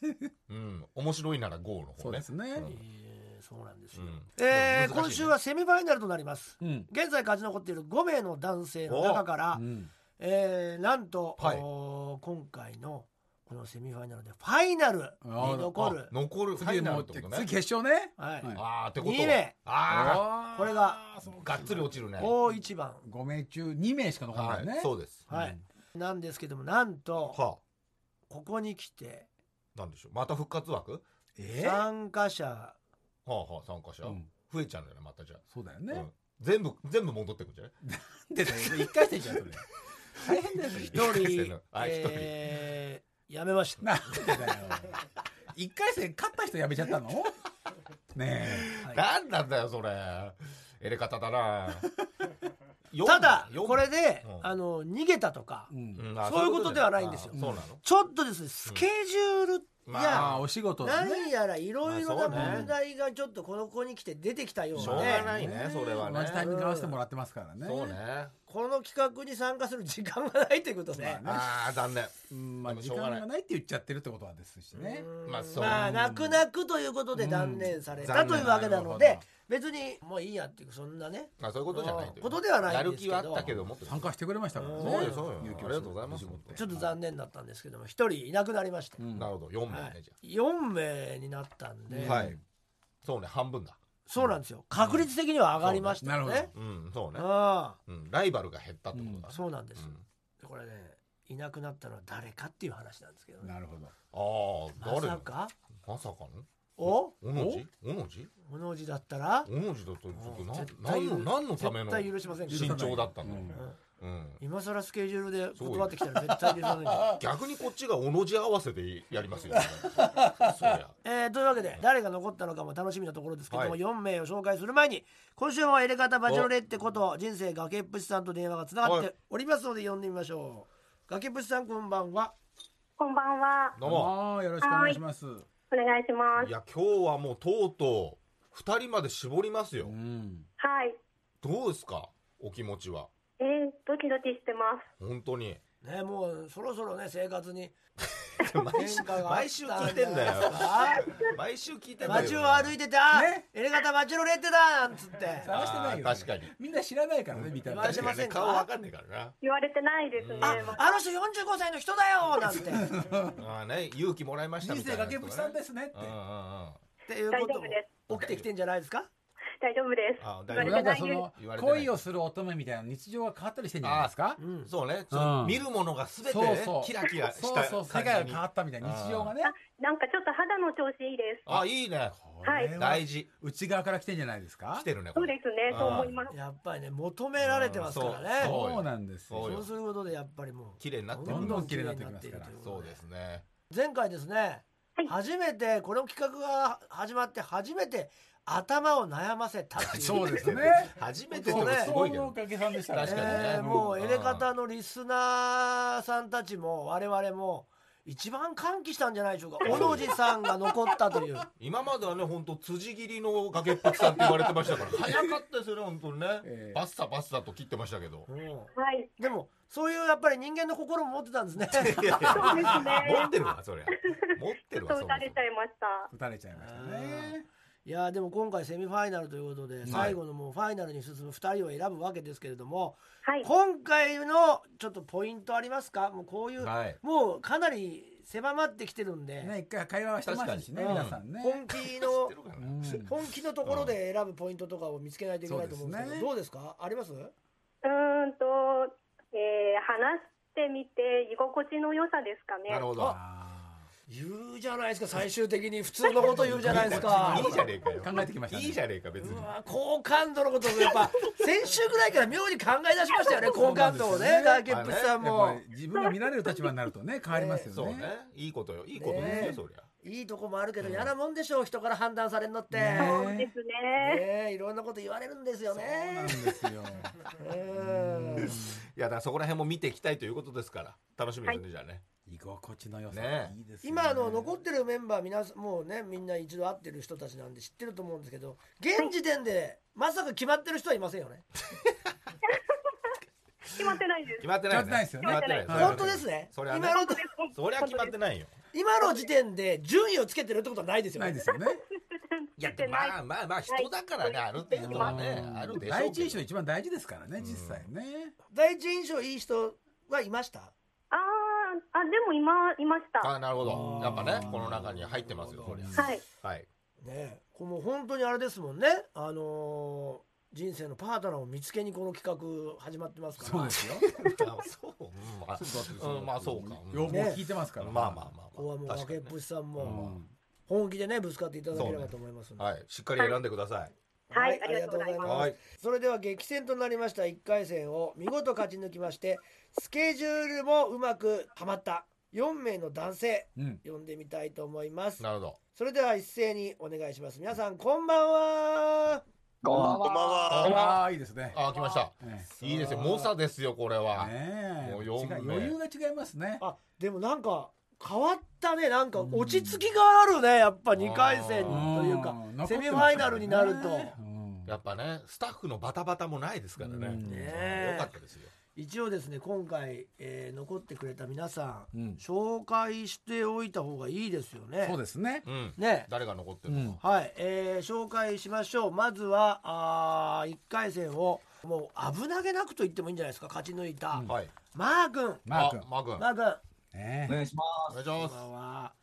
うん。面白いなら GO のそ方うでね。すね、うんえーそうなんですうよ、んえー難しいね今週はセミファイナルとなります、うん現在勝ち残っている5名の男性の中から、うんえーなんと、はいおー今回のこのセミファイナルでファイナルに残るあ残る。ファイ次ナもルっうて次ことね。決勝ねはいはいああ、ってこと二名ああーこれがあ。がっつり落ちるね。大一番、 5名中2名しか残らはないいね、。そうです。はいなんですけどもなんとはここに来てあ。なんでしょう。また復活枠はえー参加者あはあ、参加者うん。増えちゃうんじゃないまたじゃそうだよあ。うねん、全部、全部戻ってくんじゃないで1回戦じ ゃんそれ大変だよ一人あ一人えーやめましたなんでだよ1回戦勝った人やめちゃったのねはいなんなんだよ、それ。エレカタ だなただ四これで、うんあの逃げたとか、え、うんんあそういうことではないんですよあそうなのちょっとですねスケジュールああや、お仕事だね何やらいろいろなまあそうね問題がちょっとこの子に来て出てきたようしょうながね、ないね、それはね。同じタイミングで合わせてもらってますからねそうね。この企画に参加する時間がないということで、まああ、残念。うんまあでも時しょうが間ないがないって言っちゃってるってことはですしねうんまあそうまあ泣く泣くということで断念されたうんというわけなのなでるほど別にもういいやっていうそんなねまあそういうことじゃないうんということではないやんるですけ気どはあったけどもって参加してくれましたからねそうよそうよ勇気をありがとうございますお仕事ってちょっと残念だったんですけども一人いなくなりました、うんなるほど、4名はね、じゃい、4名になったんで、うんあ。はい。そうね、半分だ。そうなんですよ確率的には上がりましたよそうねねうん、そうね。あうん、ライバルが減ったってことあだね。そうなんです、うんこれねいなくなったのは誰かっていう話なんですけどねなるほどああ、ま誰さのかまさかのおおのじおのじおの字だったらおのじだとうんな絶対何の何のため絶の対許しませんけど慎重だったんだうんうんうん今更スケジュールで断ってきたら絶対許 さない逆にこっちがおのじ合わせでやります よそりゃえー、というわけで誰が残ったのかも楽しみなところですけども、はい4名を紹介する前に今週もエレガタバチロレってこと人生崖っぷちさんと電話がつながっはておりますので呼んでみましょう崖っぷちさんこんばんはこんばんは。どうもあーよろしくお願いします。お願いしまいす。や今日はもうとうとう2人まで絞りますよ、うん。はい。どうですかお気持ちはえー、ドキドキしてます。本当にねもうそろそろね生活に変化があった毎週毎週聞いてんだよあ毎週聞いてんだよ街を歩いてて「あ、ねエレガタバチロレってだ!」なんつって探してないよ、ね。あー確かに。みんな知らないからね、見た言目。われて確かまにせねんか顔わかんねえからな言われてないですね。 「ああの人45歳の人だよ!」なんてああね、勇気もらいました人みたい生な崖人がね。っぷちさんですねってうん。うんうん。あっていう大こ丈と夫です。も起きてきてんじゃないですか大丈夫です。あ、言わ大れ丈なてんない夫。かその言われてない恋をする乙女みたいな日常が変わったりしてんじゃないですか。うんそうね、うんそう見るものがすべてねそうそうキラキラしそうたそう、世界が感じ変に。わったみたいな日常がね。なんかちょっと肌の調子いいです。あ、いいね。はいこれは大事。内側から来てんじゃないですか来。てるね。こそうれですね。そう思います。やっぱりね求められてますからうんねそそうなんですそうよ。そようすることでやっぱりもう綺麗になってくどんる。どん綺麗になってきますからどんどん綺麗になっているということそうですね。前回ですね、はい初めてこの企画が始まって初めて頭を悩ませたっていうそうですね。初めてでそうもねすごいけのおど。かげさんでしたね。確かにねえーもうエレガタのリスナーさんたちも我々も一番歓喜したんじゃないでしょうか小野寺さんが残ったと いう今まではね、本当辻切りの崖っぷちさんって言われてました から、早かったですよね、本当にえねえ。バッサバッサと切ってましたけど。うんはい。でもそういうやっぱり人間の心も持ってたん ですねいやいやそうですね持ってるわ、そりゃ。持っちてょるっわ、と打たれちゃいました。打たれちゃいましたね。いやーでも今回セミファイナルということでい最後のもうファイナルに進む2人を選ぶわけですけれどもはい。今回のちょっとポイントありますかもうこういそもそうもはい。もうかなり狭まってきてるんで、ね、一回会話はしてましたしね、確か皆にさんね。本気の知ってるからうねん本気のところで選ぶポイントとかを見つけないといけないと思うんですけどそうですねどうですかありますうーんと、えー、話してみて居心地の良さですかね。なるほど。あ言うじゃないですか最終的に普通のこと言うじゃないですかいいじゃねえかよ。考えてきましたねいいじゃねえか、別にう。わ好感度のことをやっぱ先週ぐらいから妙に考え出しましたよね好感度をねそうなガーですんケよッねプさんーやっもぱり自分が見られる立場になるとね、変わりますそうよねね。。いいことよ。いいことですよ、ねそりゃ。いいとこもあるけど嫌なもんでしょう人から判断されるのってねそうですね。ねいろんなこと言われるんですよそうなんねですよ。うんいや、だからそこら辺も見ていきたいということですから、楽しみですね、じゃあね。居心地の良さね。いいですよね今あの残ってるメンバー皆さんもうねみんな一度会ってる人たちなんで知ってると思うんですけど現時点でまさか決まってる人はいませんよね決まってないです決。まってないよね。決決ままっっててなないいでよ。す本当ですねそりゃね今のとそりゃ 決まってないよ。今の時点で順位をつけてるってことはないですよないねですよね。いやつけ、てないまあまあまあ、人だからね、ある程度はねう、んあるでしょうけど。第一印象一番大事ですからね、実際ね。第一印象いい人はいましたあーあ、でも今、いました。はあ、なるほど。あやーっぱね、この中に入ってますよ、そりゃ。い。はい。ねこれもう本当にあれですもんねあのー人生のパートナーを見つけにこの企画始まってますからそうですよ。あそううんまあうん まあ、そうか。うん要望聞いてますから。まあまあまあここはもうまあ。崖っ確かにぷねちさんうもん本気でねぶつかっていただければと思いますので、はい。しっかり選んでください。はいありがとうございますはいす。それでは激戦となりました1回戦を見事勝ち抜きまして、スケジュールもうまくはまった4名の男性、うん。呼んでみたいと思います。なるほど。それでは一斉にお願いします。皆さん、こんばんは。こんばんは。ああ、いいですね。あー、来ました。ねいいですよ。猛者ですよ、これは。ねえもう違四名う余裕が違いますね。あ、でもなんか、変わったね。なんか、落ち着きがあるね。やっぱ2回戦んというかん、残ってますセからミファイナルになると。うんやっぱね、スタッフのバタバタもないですからね。うんねえよかったですよ。一応ですね、今回、えー残ってくれた皆さん、うん紹介しておいた方がいいですよね。そうですね。うん。ね。誰が残ってるのか。はい、えー紹介しましょうまずはあ1回戦をもう危なげなくと言ってもいいんじゃないですか勝ち抜いた、はい。マー君マー君あマー君。マー君ねお願いしまお願いしまこんすば。んは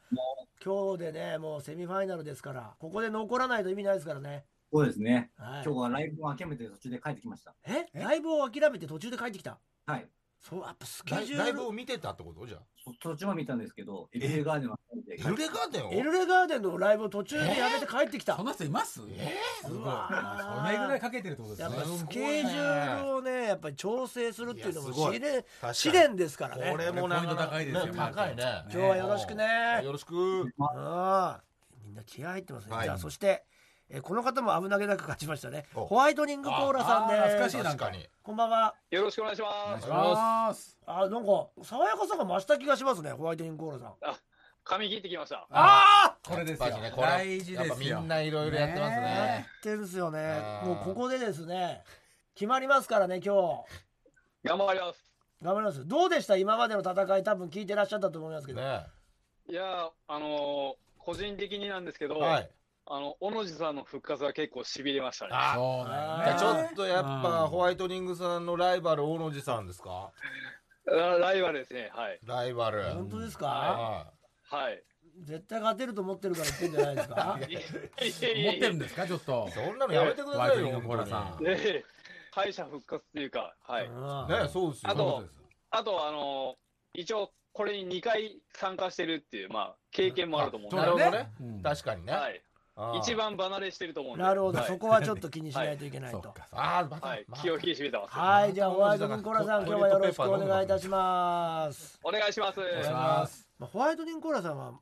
今日でねもうセミファイナルですからここで残らないと意味ないですからね、そうですね。はい今日はライブを諦めて途中で帰ってきました。ええライブを諦めて途中で帰ってきたはい。そうやっぱスケライジュライーブルを見てたってことじゃあそ途中まで見たんですけど、エルレガーデンは初めてエルレガーデンをエルレガーデンのライブを途中でやめて帰ってきた、そんな人いますえすごい。うわーまあそれぐらいかけてるってことですやっねぱ。スケジュールをねやっぱり調整するっていうのもいやすごい試練確かに試練ですからねこれもなかなかこれポイント高いですよね高いねね今日はよろしくねよろしくあーみんな気合入ってますね、はいじゃあそして、えーこの方も危なげなく勝ちましたねおホワイトニングコーラさんあー懐でかすしいな確かにこんばんはよろしくお願いしお願まいすし。まます。あなんか爽やかさが増した気がしますねホワイトニングコーラさん髪切ってきました。ああすこれですよやっぱりね。これ大事ですよ。やっぱみんないろいろやってますねねやってるんですよねあーもうここでですね決まりますからね今日頑張ります。頑張りますどうでした今までの戦い多分聞いてらっしゃったと思いますけど、ねいやー、あのー個人的になんですけど、はいあの、小野寺さんの復活は結構しびれましたね。あそうあだじゃよあね。ちょっとやっぱホワイイトニングさんのライバル大野寺さんですかラライバルですね。はい。ライバル本当ですか、ははい。絶対勝てると思ってるから言ってんじゃないですかいやい持っやていやるんですかちょっとい。そんなのやめてくださいよホワイトニングコーラさん本当にねえ敗者復活っていうか、はい。うんねそうですよあとそうですよあと、あのー一応、これに2回参加してるっていう、まあ、経験もあると思うんそうなだるよほねどねうん確かにねはい。あー一番離れしてると思うんで。なるほど、はいそこはちょっと気にしないといけないそとう。か。あーまたはいま。た気を引き締めてます。はい、まあじゃあホワイトニンコーラさん、ト今イレ日ッはよトペろーしくパーお願いいたします。お願いします。お願いしすます。まあ、ホワイトニンコーラさんは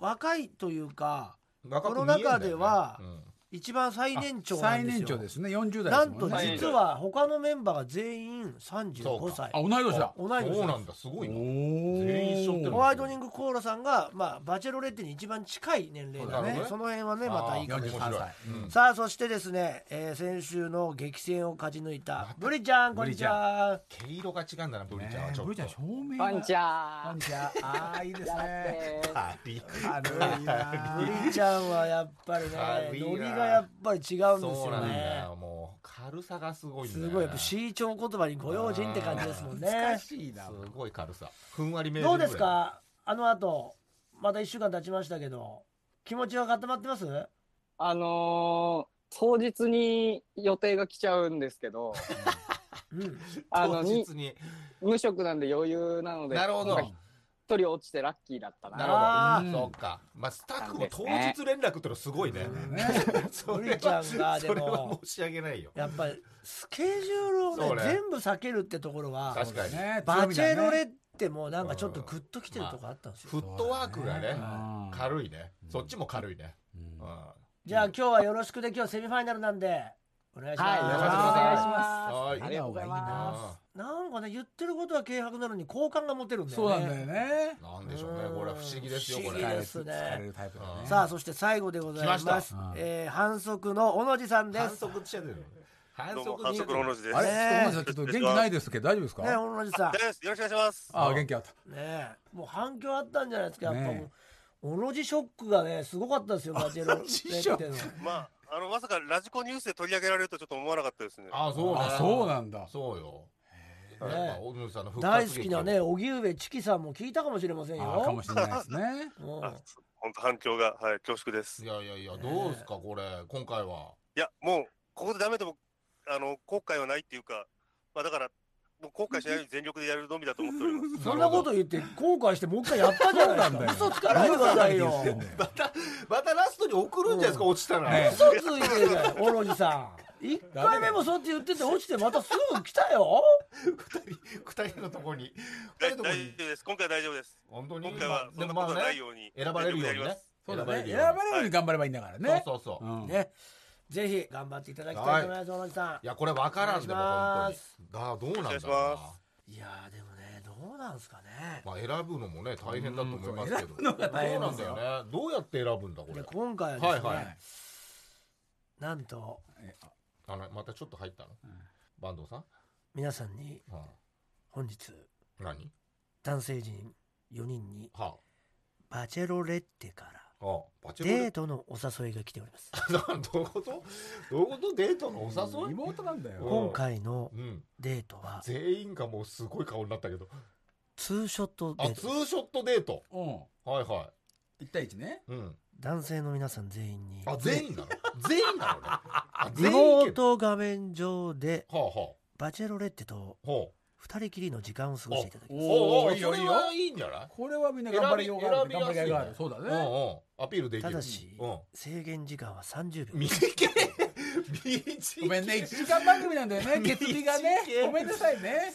若いというか、若くこの見えんだよね中ではうん一番最年長なん最です年よ。長ですね。40代なですんもとんね。ね実は他のメンバーが全員そう35か歳。あ同い年だ。同い年そでうなすんだすおごいなー全員一緒ってのホワイトニングコーラさんが、まあ、バチェロレッテに一番近い年齢なそうのだで、ねその辺はね、またいいかもしれない。 43歳うんさあ、そしてですね、えー先週の激戦を勝ち抜いた、ブリちゃん、こんにちは。毛色が違うんだなブリちゃんはちょねっとブリちゃん照明こがんにちはこん。にちは。ああいいですね。あり軽いなブリちゃんはやっぱりね軽いなノリがやっぱり違うんですそうよなんだねよもう軽さがすごいんだよすねごいやっぱ慎重言葉にご用心って感じですもん難ねしいな。すごい軽さふんわりめどうですかあの後また1週間経ちましたけど気持ちは固まってますあのー当日に予定が来ちゃうんですけど、うんあの、 当に日に無職なんで余裕なので、なるほどなんか一人落ちてラッキーだったなな。るほあーどそうかまあスタッフも当日連絡ってのすごいねね。 そブれリちゃはんがでそれはも申し訳ないよやっぱりスケジュールそをうねね全部避けるってところは確かにねバチェロレッッテもなんかちょっとグッときてるとこあったんですよフットワークがねうん軽いねそっちも軽いねうんじゃあ今日はよろしくで今日セミファイナルなんでお願いします、はい、よろしくお願いしまはいす。ありがとうございまなんかね言ってることは軽薄なのに好感が持てるんだよそうねなんだよね。なんでしょうねこれは不思議ですよこ不思議れですね疲れるタイプだね。さあそして最後でございます来ましうんえー反則の小野寺さんで反すね則って言っちゃってるの反どうも則反則のおろじです。あれ、ねえちょっと元気ないですけど大丈夫ですか？小野寺さですよろしくお願いします。ああ元気あった。んねもう反響あったんじゃないですかやっぱもう、ね小野寺ショックがねすごかったですよバチェロレッテのまああのまさかラジコニュースで取り上げられるとちょっと思わなかったですね。あそうねあそうなんだ。そうよやっねぱ大野さんの復活大劇好きなね荻上チキさんも聞いたかもしれませんよああかもしれないですね。うんあ本当反響がはい恐縮です。いいやいやいやどうですかこれ今回はやもうここでダメでもあの後悔はないっていうか、まあだからもう後悔しないように全力でやるのみだと思っております。そんなこと言って後悔してもう一回やったじゃない ですか嘘つかないでくださいよ嘘つかないで言ってんだよまたまたラストに送るんじゃないですか落ちたらね嘘ついてるじゃん小野寺さん一回目もそうやって言ってて落ちてまたすぐ来たよ二人のとこに二大人のとこ大に丈夫です。今回は大丈夫です。本当に今回はそでんもなまことあはないねように選ばれるように全力でやりまねすそうだね。る選ようにばれるように頑張ればいいんだからそうね。そうそううんねぜひ頑張っていただきたいと思います小野寺さいやこれ分からんでもお願い本し当にああどうなんだろうお願いしまんいやーでもねどうなんすかねなまあ選ぶのもね大変だと思いますけどうんそう選ぶのが大変そうなでんすだよよねどうやって選ぶんだこでれ今回はですね、はいはいなんとあのまたちょっと入ったの坂東さん皆さんにはあ本日何男性陣4人にはバチェロレッテからああバチェロレデーットのお誘いが来ておりますテ どういうことどういうことデートのお誘い妹なんだうんよ。今回のうんデートは全員がもうすごい顔になったけどツーショットデあーツトですーショットデートうん。はいは一対一ね。いうん男性の皆さん全員にあ全員な の全員なのねあリ全員モーいけるト画面上ではあはあバチェロレッテとほ二人きりの時間を過ごしていただきますおうおういいよいいよそれはいいんじゃないこれはみんな頑張りようがある選び頑張りがいがある選そうだうんねうんアピールできるただしうん制限時間は30秒短い短いごめんね1時間番組なんだよね決日がね短いごめんなさいね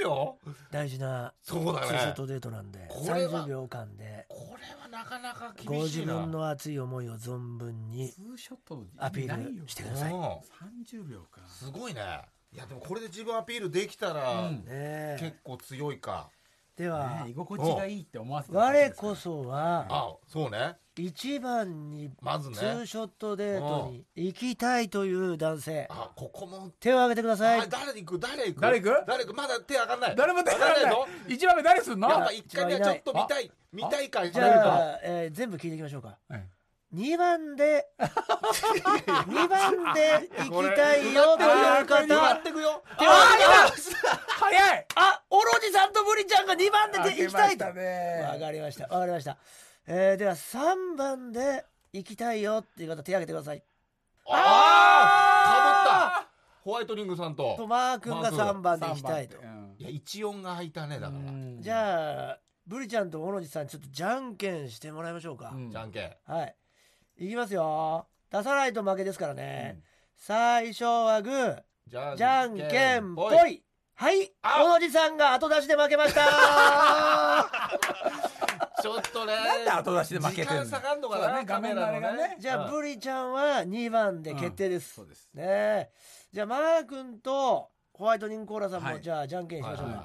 30秒大事なそうだツーショッねトデートなんでこれは30秒間でこれはなかなかご厳自しいな分の熱い思いを存分にツーショットのアピールしてくださいねうん30秒かすごいねいやでもこれで自分アピールできたら、うん結え構強いかではね居心地がいいって思わせて我こそはあそうね一番にまずねツーショットデートに行きたいという男性あここも手を挙げてくださあい誰行く誰行く誰行く誰行くまだ手上がんない誰も手がない上がんないぞ一番目誰すんのやっぱ一回目はちょっと見たい見たい感じじあるゃかあ、えー全部聞いていきましょうかはい2番 で2番で行きたいよという上が方ってくよ手を挙げて早いあおろじさんとブリちゃんが2番で行きたいと開けましたねわかりましたわかりました、えーでは3番で行きたいよっていう方手挙げてくださいああかぶったホワイトリングさんととマー君が3番で行きたいとうんいや一音が入ったねだからうんじゃあブリちゃんとおろじさんちょっとじゃんけんしてもらいましょうか、うんじゃんけんはいいきますよ出さないと負けですからね、最初はグーじゃじゃんけんぽいはいあおろじさんが後出しで負けましたちょっとねなんで後出しで負けてん時の間下がんのかそうだなね画面のあれがねじゃあ、うんブリちゃんは2番で決定です、そうですねえじゃあマー君とホワイトニングコーラさんも、はいじゃあじゃんけんしましょうか、はいはい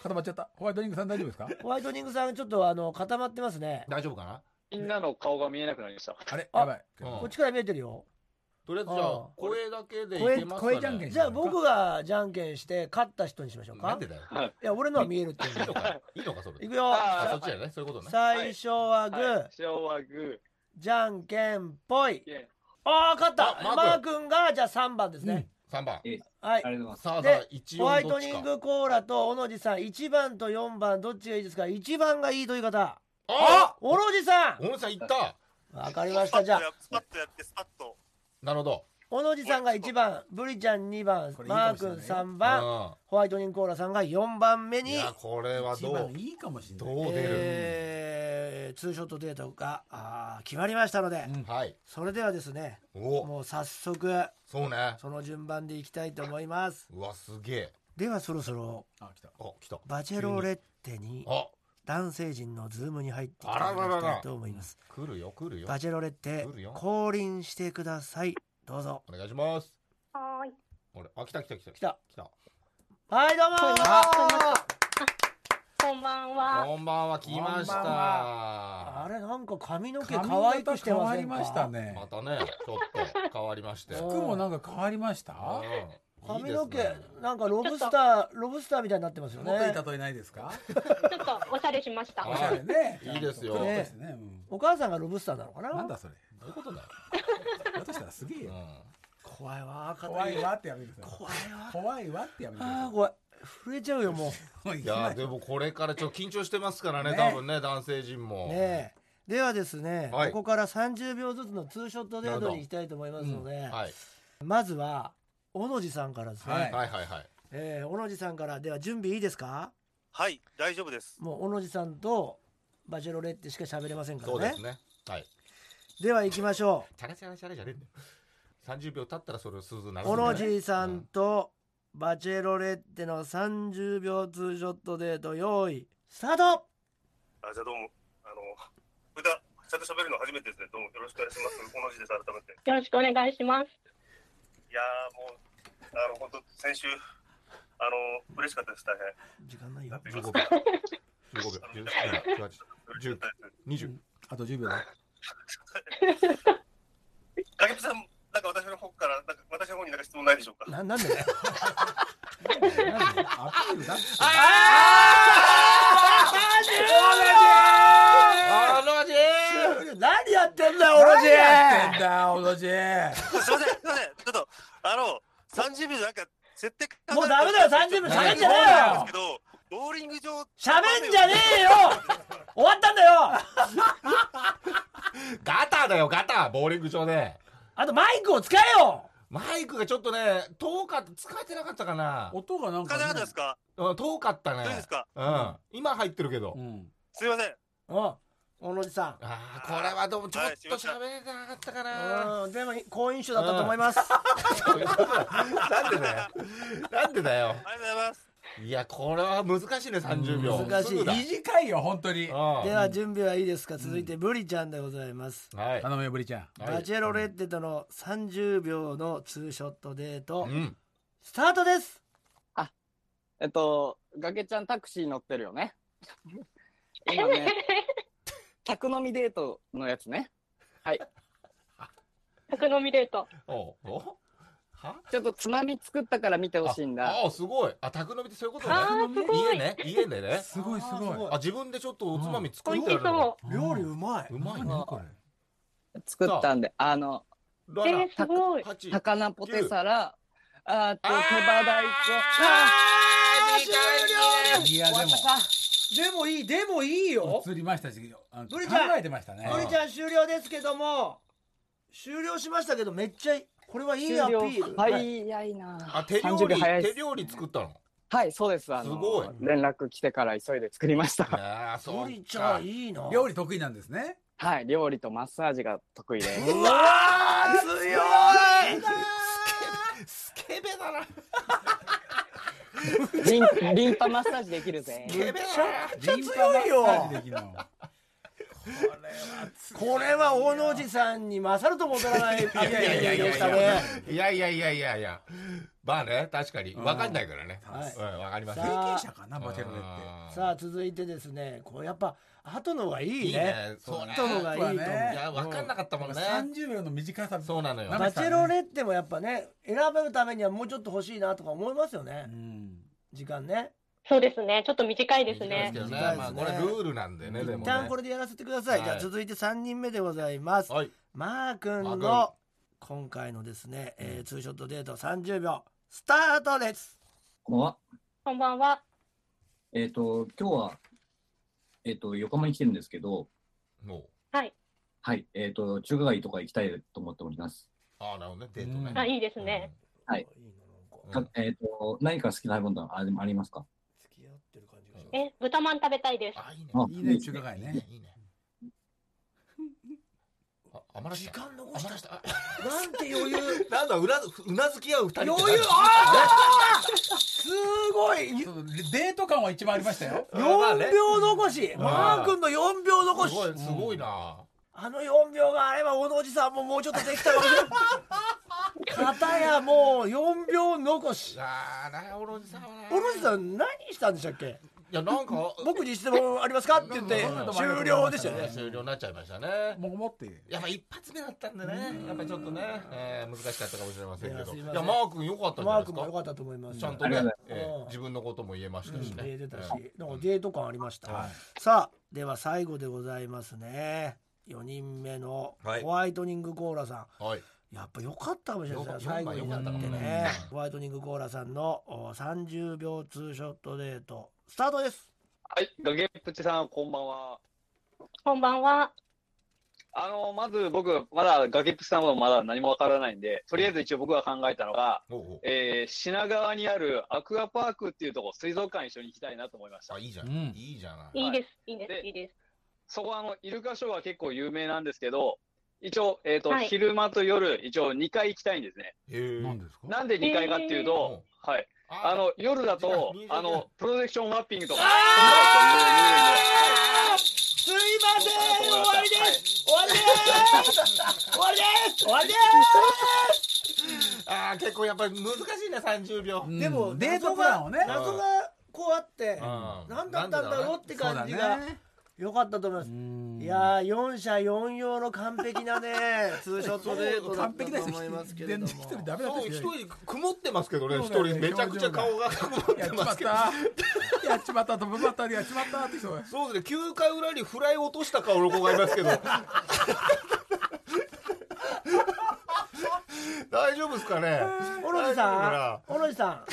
固まっちゃったホワイトニングさん大丈夫ですかホワイトニングさんちょっとあの固まってますね大丈夫かなみんなの顔が見えなくなりました。あれあやばいうんこっちから見えてるよとりあえずじゃうあん声だけでいけますかね声声じゃんけんじゃあ僕がじゃんけんして勝った人にしましょうなかんでだよいや俺のは見えるっていいいうのかいいのかそれいくよああそっちじゃないそういうことね最初はグー、はい、塩はグじゃんけんぽいー。イェイああ勝ったあママー君ー君がじゃあ3番ですね、三番はいありがとうございます。さあでさあ一ホワ音イどトっちニンかグコーラと小野寺さん1番と4番どっちがいいですか1番がいいという方あ小野寺さん小野さん行ったわかりましたじゃあスパッとやって、スパッと。なるほど小野寺さんが1番ブリちゃん2番これいいマかーもしれ君ないよ3番うホワイトニングコーラさんが4番目んにいやこれは一ど番ういいかもしれないどう出るえーツーショットデートがあー決まりましたので、うんはいそれではですねおもう早速そうねその順番でいきたいと思いますうわすげえではそろそろあ来たあ来たバチェロレッテにあ男性陣のズームに入っていあらららただらきたいと思います来るよ来るよバチェロレッテ来るよ降臨してくださいどうぞお願いしますはーい。あれあ来た来た来た来た来たはいどうもーこんばんは。こんばんは来ましこんばんたあれなんか髪の毛髪可愛型くしてま変わせりんましたかねまたねちょっと変わりましてお服もなんか変わりましたうん髪いいですねの毛なんかロブスターロブスターみたいになってますよもっといねい例えないですかちょっとおしゃれしました。あおしゃれねいいですよちゃんと黒っぽいですねうんお母さんがロブスターなのかななんだそれどういうことだよだとしたらすげえよ怖いわー怖いわってやめてください怖いわ怖いわってやめてくだあさー怖い震えちゃうよもいもううんい行やかーないでもこれからちょっと緊張してますからねね多分ね男性陣もうねえではですね、はいここから30秒ずつのツーショットデートに行きたいと思いますので、はいまずは小野寺さんからですね、はいはいはいはいえー小野寺さんからでは準備いいですかはい、大丈夫です。もう小野寺さんとバチェロレッテしか喋れませんかそうらでねすねはいでは行きましょチャラチャラチャラじゃねえんだよ30秒経ったらそれを鈴鳴うらす小んだよ野ね寺さんとバチェロレッテの30秒ツーショットデート用意スタートあ、じゃあどうも。あの、無駄、ちゃんと喋るの初めてですね。どうもよろしくお願いします。この字です、改めて。よろしくお願いします。いやー、もう、あの、本当先週、あの、嬉しかったです、大変。時間ないよ15秒15秒嬉しかっ17181920あたです。と10秒だ 影武さん、なんか私の方から、なんか私の方になんか質問ないでしょうか。ななんでだよなんでアピールだってあの味何やってんだよオ小ロ野ジやってん寺だオロジすいません、すいません、ちょっと、あの、30秒なんか、設定もうダメだよ30秒喋喋んんじゃねじゃねええよよけど、ローリング上、喋んじゃねえよ終わったんだよガターだよガターボーリング場であとマイクを使えよマイクがちょっとね、遠かった、使えてなかったかな。音がなんかなか、かったねですかうん遠かったねどう。ですかうん。今入ってるけど。うん、すいません。うん小野寺さああ、これはどうも、ちょっはいすいとません喋れてなかったかな。んうんでも好印象だったと思いますそういうことだなんでだよ。なんでだよ。ありがとうございます。いや、これは難しいね、30秒。難しいすぐだ短いよ本当にうんでは準備はいいですか続いてブリちゃんでございますはい。頼むよブリちゃんはいバチェロレッテとの30秒のツーショットデートうん。スタートですえっと、崖ちゃんタクシー乗ってる よね。今ね、宅飲みデートのやつね。宅飲みデート。おうおうはちょっとつまみ作ったから見てほしいんだ。ああ、すごい。あ、宅飲みってそういうことね。あーすごい家ね。家でね。すごいすあーすごごいいあ、自分でちょっとおつまみ作美っ味てあしるの。そう料理んうまいうまいね何、これ作ったんで、あの、ラう。ラえー、すごい。八。高菜ポテサラ、あと手羽大あ根。ー時間切れいやでもでもいいでもいいよ映りましたしあのブ考リちゃんえてましたねのりちゃん終了ですけども終了しましたけどめっちゃいいこれはいいアピール、ははいい、早いな。あ、手料30秒理、早いっす手料理作ったの。はい、そうです。あのすごい連絡来てから急いで作りま した。ああ、そうブか。リちゃんいいな料理得意なんですねはい、料理とマッサージが得意です。うわー強いスケベスケベだなリンリンパマッサージできるぜス。ケベだリンパマ強いよッサージできるのこれは大野寺さんに勝るとも劣らないアピないやいールやいやでいしたやねいやいやいやいやいやまあね確かに分かんないからねはいうん分かりません経さあ験者かなバチェロレってさあ続いてですねこうやっぱ後のがいいねいいねそうね後のがいいと思うそうねいや分かんなかったもんね30秒の短さそうなのよなバチェロレッテもやっぱね選ぶためにはもうちょっと欲しいなとか思いますよね、うん時間ねそうですね。ちょっと短いです短いねですけ。どね短いですねまあこれルールなんでねで一も旦こねれでやらせてください、はいじゃあ続いて3人目でございます、はいマー君マーの今回のですね、えーツーショットデート30秒スタートですこんばんは。こんばんは。えっ、と、今日は、えっ、と、横浜に来てるんですけど、もうはい。はい、えっ、と、中華街とか行きたいと思っております。ああなるほどねデートねあ、いいですね。はいうんかえっ、と、何か好きな食べ物あでもありますか付き合ってる感じがしまえ、豚まん食べたいです。あいいねあいいね中華街いいねねいいねあ余らし時た間残余しらしたあたなんて余裕なんだうなうなずき合う二人って余裕あーすごいちょっとデート感は一番ありましたようんまあね4秒残し、うんマー君の4秒残すしごいすごいな、あの4秒があれば小野おじさんももうちょっとできたかもしれない片やもう4秒残しああなおろじさんはな小野おじさん何したんでしたっけいやなんか僕に質問ありますかって言って終了でしたよね終了になっちゃいましたねもう思ってやっぱ一発目だったんでねやっぱちょっとね、えー、難しかったかもしれませんけいやどすいいやませんマー君良かったんじゃマなーいです君もか良かったと思いますちゃんうとありがねとうございえま、ーうん自分のことも言えましたしんね、出てたしえーなんかデート感ありました、はいさあでは最後でございますね4人目のはいホワイトニングコーラさん、はいやっぱ良かったかもしれないですねよかっ最後になってよかったねホワイトニングコーラさんのお30秒ツーショットデートスタートですはい、崖っぷちさん、こんばんは。こんばんは。あの、まず僕、まだ崖っぷちさんはまだ何もわからないんで、とりあえず一応僕が考えたのが、おうおうえー品川にあるアクアパークっていうとこ、水族館一緒に行きたいなと思いましたあ。いいじゃん、うんいいじゃないいいです。いいで。ですいいです。そこはあの、イルカショーが結構有名なんですけど、一応、えっ、と、はい昼間と夜、一応2回行きたいんですね。へー何ですかなんで2回かっていうと、はい。あの、夜だと時、間あの、プロジェクションマッピングとか、すいません終わりです終わりです終わりです終わりであー結構やっぱり難しいね30秒、うんすでもデートプランをね謎がこうあってう何んだったんだろうってそう感だじがね良かったと思いますいやー4社4用の完璧なね ツーショットデートだ完った璧なと人思いますけれど全然も一人ダメだっそうた一人人曇ってますけどね一そうだよ人ねめちゃくちゃ顔が曇っやってちままっすけどたやっちまったトップバッターでやっちまったって人がそうですね9回裏にフライ落とした顔の子がいますけど大丈夫ですかね小野寺さん小野寺さん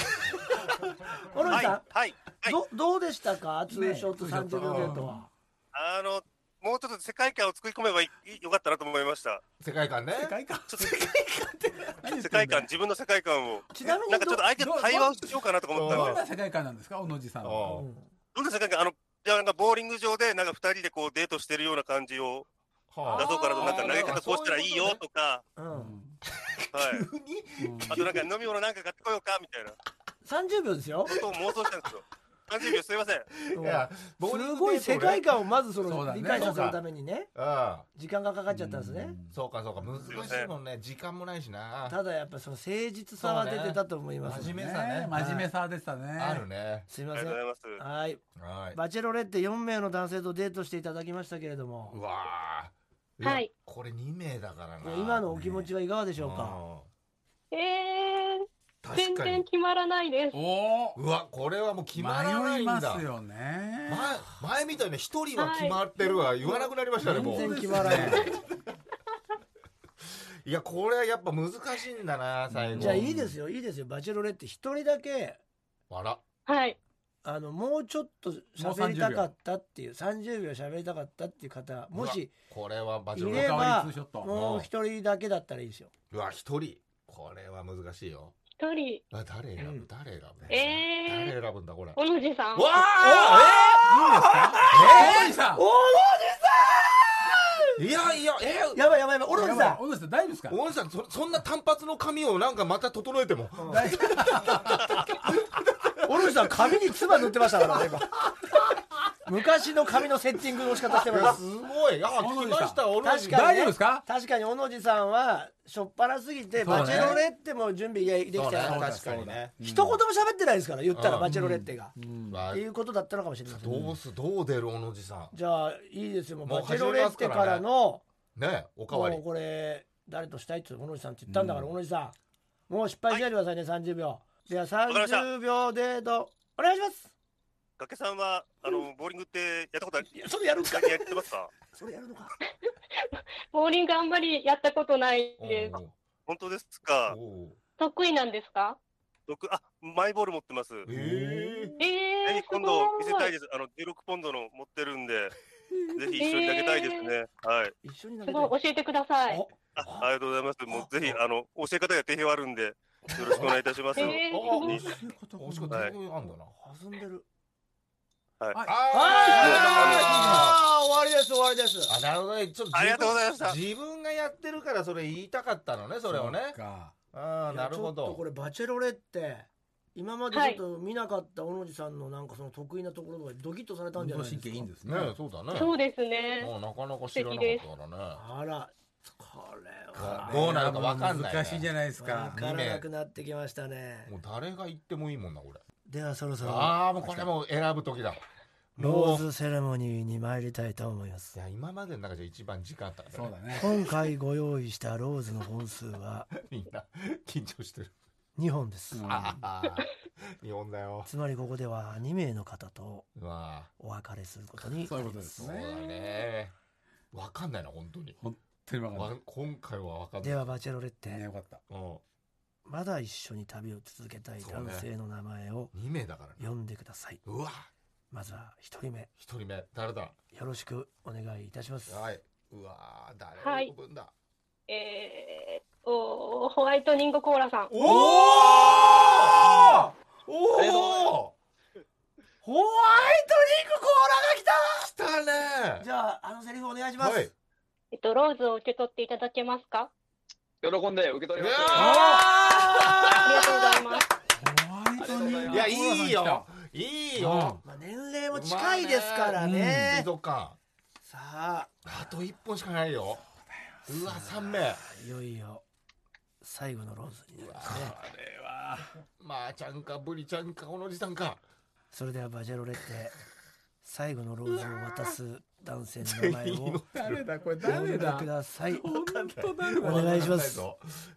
小野は寺い。さんはい。はい。どどうでしたかツーショット30秒デートは、あの、もうちょっと世界観を作り込めばいいよかったなと思いました。世界観ね世界観ちょっと世界何言って界観、自分の世界観を。ちなみになんかちょっと相手と対話をしようかなとか思ったどどらん、な世界観なんですか小野寺さんは。ああどんな世界観あの、いやなんかボーリング場で、なんか二人でこうデートしてるような感じをは出そうかなと、なんか投げ方こうしたらいいよとか、うんうんはい。急にうんあとなんか飲み物なんか買ってこようかみたいな30秒ですよ、ことを妄想したんですよ。30秒すいません。うんいやボーリすングデートごい世界ね観をまずそそうのだね理解者するためにねうん時間がかかっちゃったんですね、そうかそうか難しいもんね時間もないしなただやっぱその誠実さは出てたと思います、そうね真目さ面目さねね。真面目さでしたね。あるねすいまあせりんがとうございます。はいはいバチェロレッテ4名の男性とデートしていただきましたけれどうもわーはいやこれ2名だからいやな今のお気持ちはいかがでしょうか、うえー、ん確全か然に決まらないです。おお。うわこれはもう決まらない迷いんまだすよね。前前みたいな一人は決まってるわ言わなくなりましたねも全然う決まらない いやこれはやっぱ難しいんだな最後じゃあいいですよいいですよバチェロレッテ1人だけあらはい。あのもうちょっと喋りたかったっていう30秒喋りたかったっていう方もしこれはバチいェロれレおかわばりツーショットもう一人だけだったらいいですようわ一人これは難しいよ一人、あ誰選ぶ、うん誰選ぶ、えー誰選ぶんだこれわ小野寺さん。あ小野寺さん。えー、えー、いやいやえーやばいやばいやばい小野や寺ばいさ小野寺さん大丈夫ですか。大西さんそそんな単発の髪をなんかまた整えてもんん小野寺さん髪に唾塗ってましたから ね今昔の髪のセッティングの仕方していまやすすごいあ来ました俺確かに、ね、大丈夫ですか。確かに小野寺さんはしょっぱなすぎて、そうねバチェロレッテも準備できてなそうねかった確かにね一言も喋ってないですから言ったらうんバチェロレッテが、うんまあっていうことだったのかもしれません、どうすどう出る小野寺さんじゃあいいですよもうもうバチェロレッテからのねおかわりもうこれ誰としたいって小野寺さんって言ったんだから、うん小野寺さんもう失敗しないでくださいね、30秒ではりました30秒デートお願いします崖さんは、あの、ボーリングってやったことあるいやそれやるんかややってますかそれやるのかボーリングあんまりやったことないです。本当ですかおお得意なんですか僕、あ、マイボール持ってます。ええぜーひ、す今度ご見いせたいです。あの、16ポンドの持ってるん で、ぜひ一緒に投げたいですね。はい。一緒に投げすたいごい、教えてください。おあありがとうございます。もうぜひ、あの、教え方が定評あるんで、よろしくお願いいたします。えーお惜惜ししいいことおしくはい手にあんだな弾んでるはいああー終わりです終わりですーあなるほどねちょっと自分ありがとうございました自分がやってるからそれ言いたかったのねそれをねそうかああいやなるほちょっとこどれバチェロレって今までちょっと見なかった小野寺さんのなんかその得意なところとかドキッとされたん運じゃ動ないですか神経いいんですね。ねそうだねそうですね。もうなかなか知らなかったからねあらこれはどうなるかわかんないね難しいじゃないですわか。からなくなってきましたねもう誰が言ってもいいもんなこれではそろそろああもうこれもう選ぶ時だロもーうズセレモニーに参りたいと思いますいや今までの中で一番時間あったからそうだね。今回ご用意したローズの本数はみんな緊張してる2本です、うんああ日本だよつまりここでは2名の方とうわお別れすることにそういうことですそうだね。ねわかんないな本当に本当にわかんないわ今回はわかんないではバチェロレッテ、ね。よかった。うんまだ一緒に旅を続けたい男性の名前を2名だからね呼んでください、うわまずは1人目一人目誰だよろしくお願いいたします。は。いうわ誰の分だ、えー、おホワイトニングコーラさん。おおありがとうございまおすおホワイ来たトねじゃあ、あのセリフお願いします。はいえっと、ローズを受け取っていただけますか喜んで受け取ります。ありがとうございます。いやいいよいいよ、まあ、年齢も近いですからね。水族館さあ、あと一本しかないようわ三名いよいよ最後のローズになりますね。まあちゃんかブリちゃんかこのじさんかそれではバジェロレッテ、最後のローズを渡す男性の名前を誰だこれ呼ん誰でだく。ださい。本当誰おだ。願いしますわかんないぞ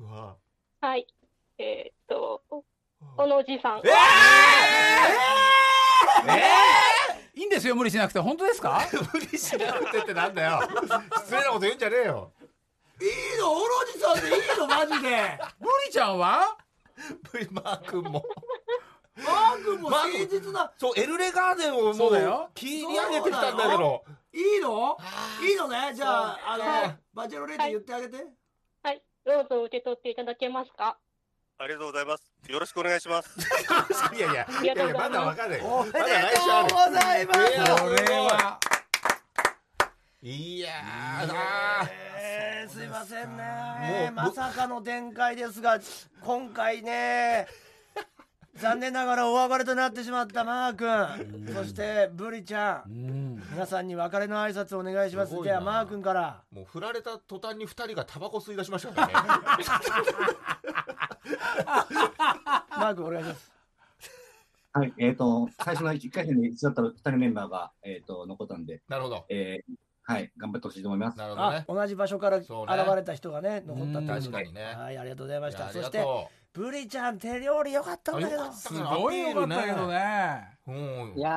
うわはい。えー、っと、小野寺さん。いいんですよ無理しなくて本当ですか。 無理しなくてってなんだよ失礼なこと言うんじゃねえよいいの、オロジさんでいいの、マジで。ブリちゃんは。ブリマー君もマー君も誠実な、そうエルレガーデンをもそううだよ切り上げてきたんだけどいいのいいのね。じゃあ、あそうの、バジェロレッテ言ってあげて。はい。どうぞ受け取っていただけますかありがとうございます。よろしくお願いします。いやいや、いやいや、まだわかんない。おめでとうまだ来週あるございまいすやこれは。いやー、えーすいませんねもうまさかの展開ですが今回 ね残念ながらお別れとなってしまったマー君そしてブリちゃうんん。皆さんに別れの挨拶お願いしますすごいじなゃあマー君からもう振られた途端に二人がタバコ吸い出しましたからね。マー君お願いしますはい、えっ、と、最初の1回戦で一緒だったら2人メンバーが、えっ、と、残ったんで、なるほど。えーはい、頑張ってほしいと思います。なるほどあね。同じ場所から現そうねれた人がね残ったってことで確かにねはいありがとうございまいしやたあそりがしてとブリちゃん手料理良かったんだけどあ良かったすごいよかったけどね。う。うん。いや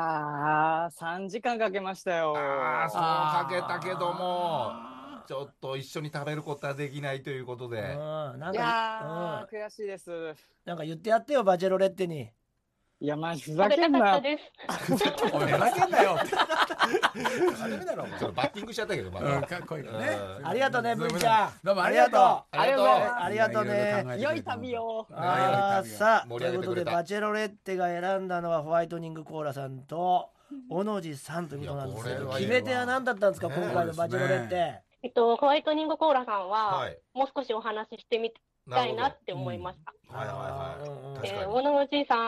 ー、3時間かけましたよ。ああ、そうかけたけどもあ、ちょっと一緒に食べることはできないということで。うんなんいかやうー、悔しいです。んなんか言ってやってよバチェロレッテにいや、まじふざ食べけたんかったな。です。おい、ふざけんなよって。ダメだろ、おちょっとバッティングしちゃったけど、ま前。うん、た。かっこいいようねん。ありがとうねブリリちゃんどうもありがとう。ありがとうございますありがとうね良い旅。を。あーさあ盛とりい上うこげてとくでれたバチェロレッテが選んだのはホワイトニングコーラさんと小野寺さんということなんですけいやこどれはいい決わめ手は何だったんですかね今回のバチェロレッテえっと、ホワイトニングコーラさんは、はいもう少しお話ししてみなたるいほど。なって思いました。はいはいうんうんうんはい。え確かー、に。小野内さん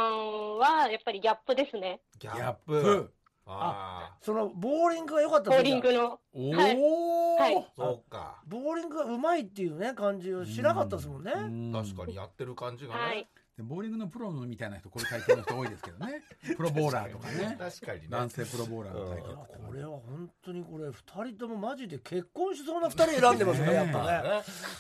は、やっぱりギャップですね。ギギャャッップ。プ。ああ、そのボーリングが良かったボんーですリンよグの。おおはいはいそうか。ボーリングがうまいっていうね感じをしなかったですもんね確かに。にやってる感じがはねい。。でボーリングのプロのみたいな人、こういう体験の人多いですけどね。プロボーラーとかね。確かにね。男性プロボーラーの体い験やとか。これは本当にこれ2人ともマジで結婚しそうな2人選んでますねやっまぱあね。ね。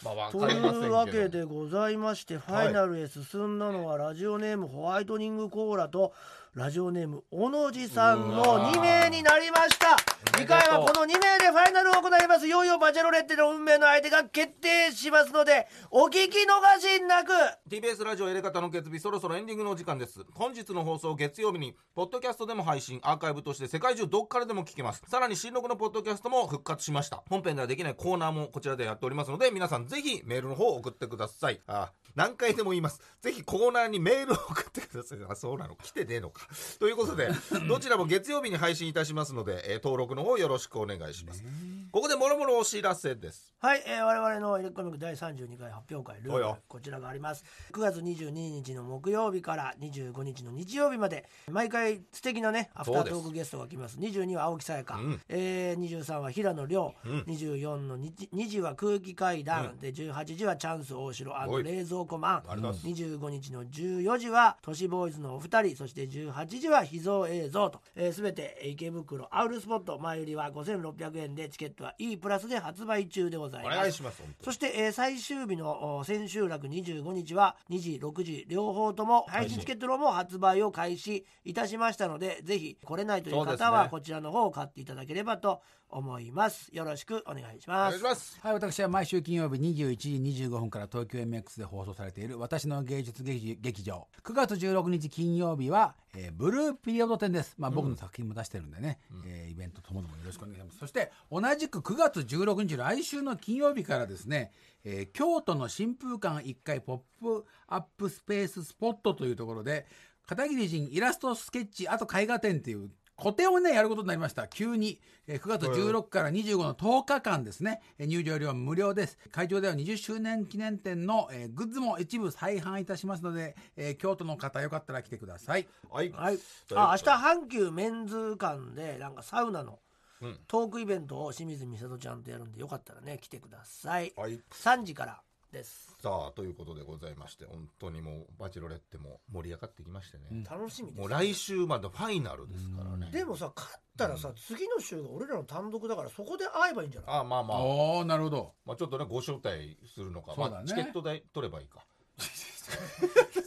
まあわとかいりませんけど。うわけでございましてフはいァイナルへ進んだのはラジオネームホワイトニングコーラとラジオネーム小野寺さんうのわ2名になりましたおめでとう次回はこの2名でファイナルを行いますいよいよバチェロレッテの運命の相手が決定しますのでお聞き逃しなく TBS ラジオエレカタの決日そろそろエンディングのお時間です本日の放送を月曜日にポッドキャストでも配信アーカイブとして世界中どっからでも聞けますさらに新録のポッドキャストも復活しました本編ではできないコーナーもこちらでやっておりますので皆さんぜひメールの方を送ってくださいあ何回でも言いますぜひコーナーにメールを送ってくださいあそうなの来てねえのかという ことでどちらも月曜日に配信いたしますので、えー登録の方よろしくお願いしますここでもろもろお知らせですはい、えー我々のエレコミック第32回発表会ルーおルよこちらがあります9月22日の木曜日から25日の日曜日まで毎回素敵なねアフタートークゲストが来ます22は青木さやか、うんえー、23は平野亮、うん24の日20は空気階段、うんで18時はチャンス大城あのおい冷蔵庫マンありがとうござい25日の14時は都市ボーイズのお二人そして18時は秘蔵映像と、えー、全て池袋アウルスポット前売りは5600円でチケットは E プラスで発売中でございおます願いします本当そにして、えー最終日のお千秋楽25日は2時6時両方とも配信チケットのも発売を開始いたしましたのでぜひ来れないというそうで方すはねこちらの方を買っていただければと思いますよろしくお願いしおま願いすしますはい、私は毎週金曜日21時25分から東京 MX で放送されている私の芸術劇劇場。9月16日金曜日は、えーブルーピリオド展です。まあ僕の作品も出してるんでね、えーイベントともどもよろしくお願いします。そして同じく9月16日来週の金曜日からですね、えー京都の新風館1階ポップアップスペーススポットというところで、片桐仁イラストスケッチ、あと絵画展っていう個展をね、やることになりました。急に。えー9月16から25の10日間ですね。えー入場料は無料です。会場では20周年記念展の、えーグッズも一部再販いたしますので、えー京都の方よかったら来てください。はいはいということであ明日阪急メンズ館でなんかサウナのうんトークイベントを清水美里ちゃんとやるんでよかったらね来てくださいはい3時からですさあということでございまして本当にもうバチェロレッテも盛り上がってきましてね、楽しみですもう来週までファイナルですからねでもさ勝ったらさ次の週が俺らの単独だからそこで会えばいいんじゃないああまあまあおおなるほど。まあちょっとねご招待するのか、そうだねまあ、チケット代取ればいいか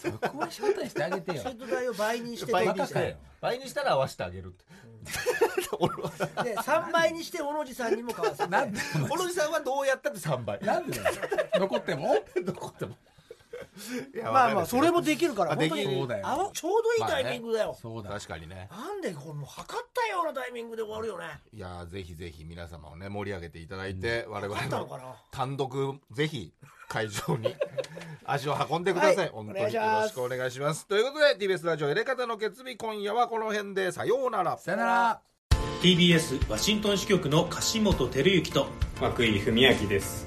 そこは招待してあげてよ チケ。ット代を倍にして倍バにカしかてよ倍にしたら合わせてあげるって 俺はで3倍にして小野寺さんにも買わせてなんで小野寺さんはどうやったって3倍 なんでだよ残ってもどこでもいやまあまわあかんそないれすもできるからあ本で当きにそうだよあのちょうどいいタイミングだよ、そうだ確かにねなんでこの測ったようなタイミングで終わるよねいやーぜひぜひ皆様をね盛り上げていただいて、我々測ったののかな単独ぜひ会場に 足を運んでください、はいお本当願いにしよますろしくお願いしますということで TBS ラジオ「エレカタの決日」今夜はこの辺でさようならさよなら TBS ワシントン支局の樫本照之と涌井文明です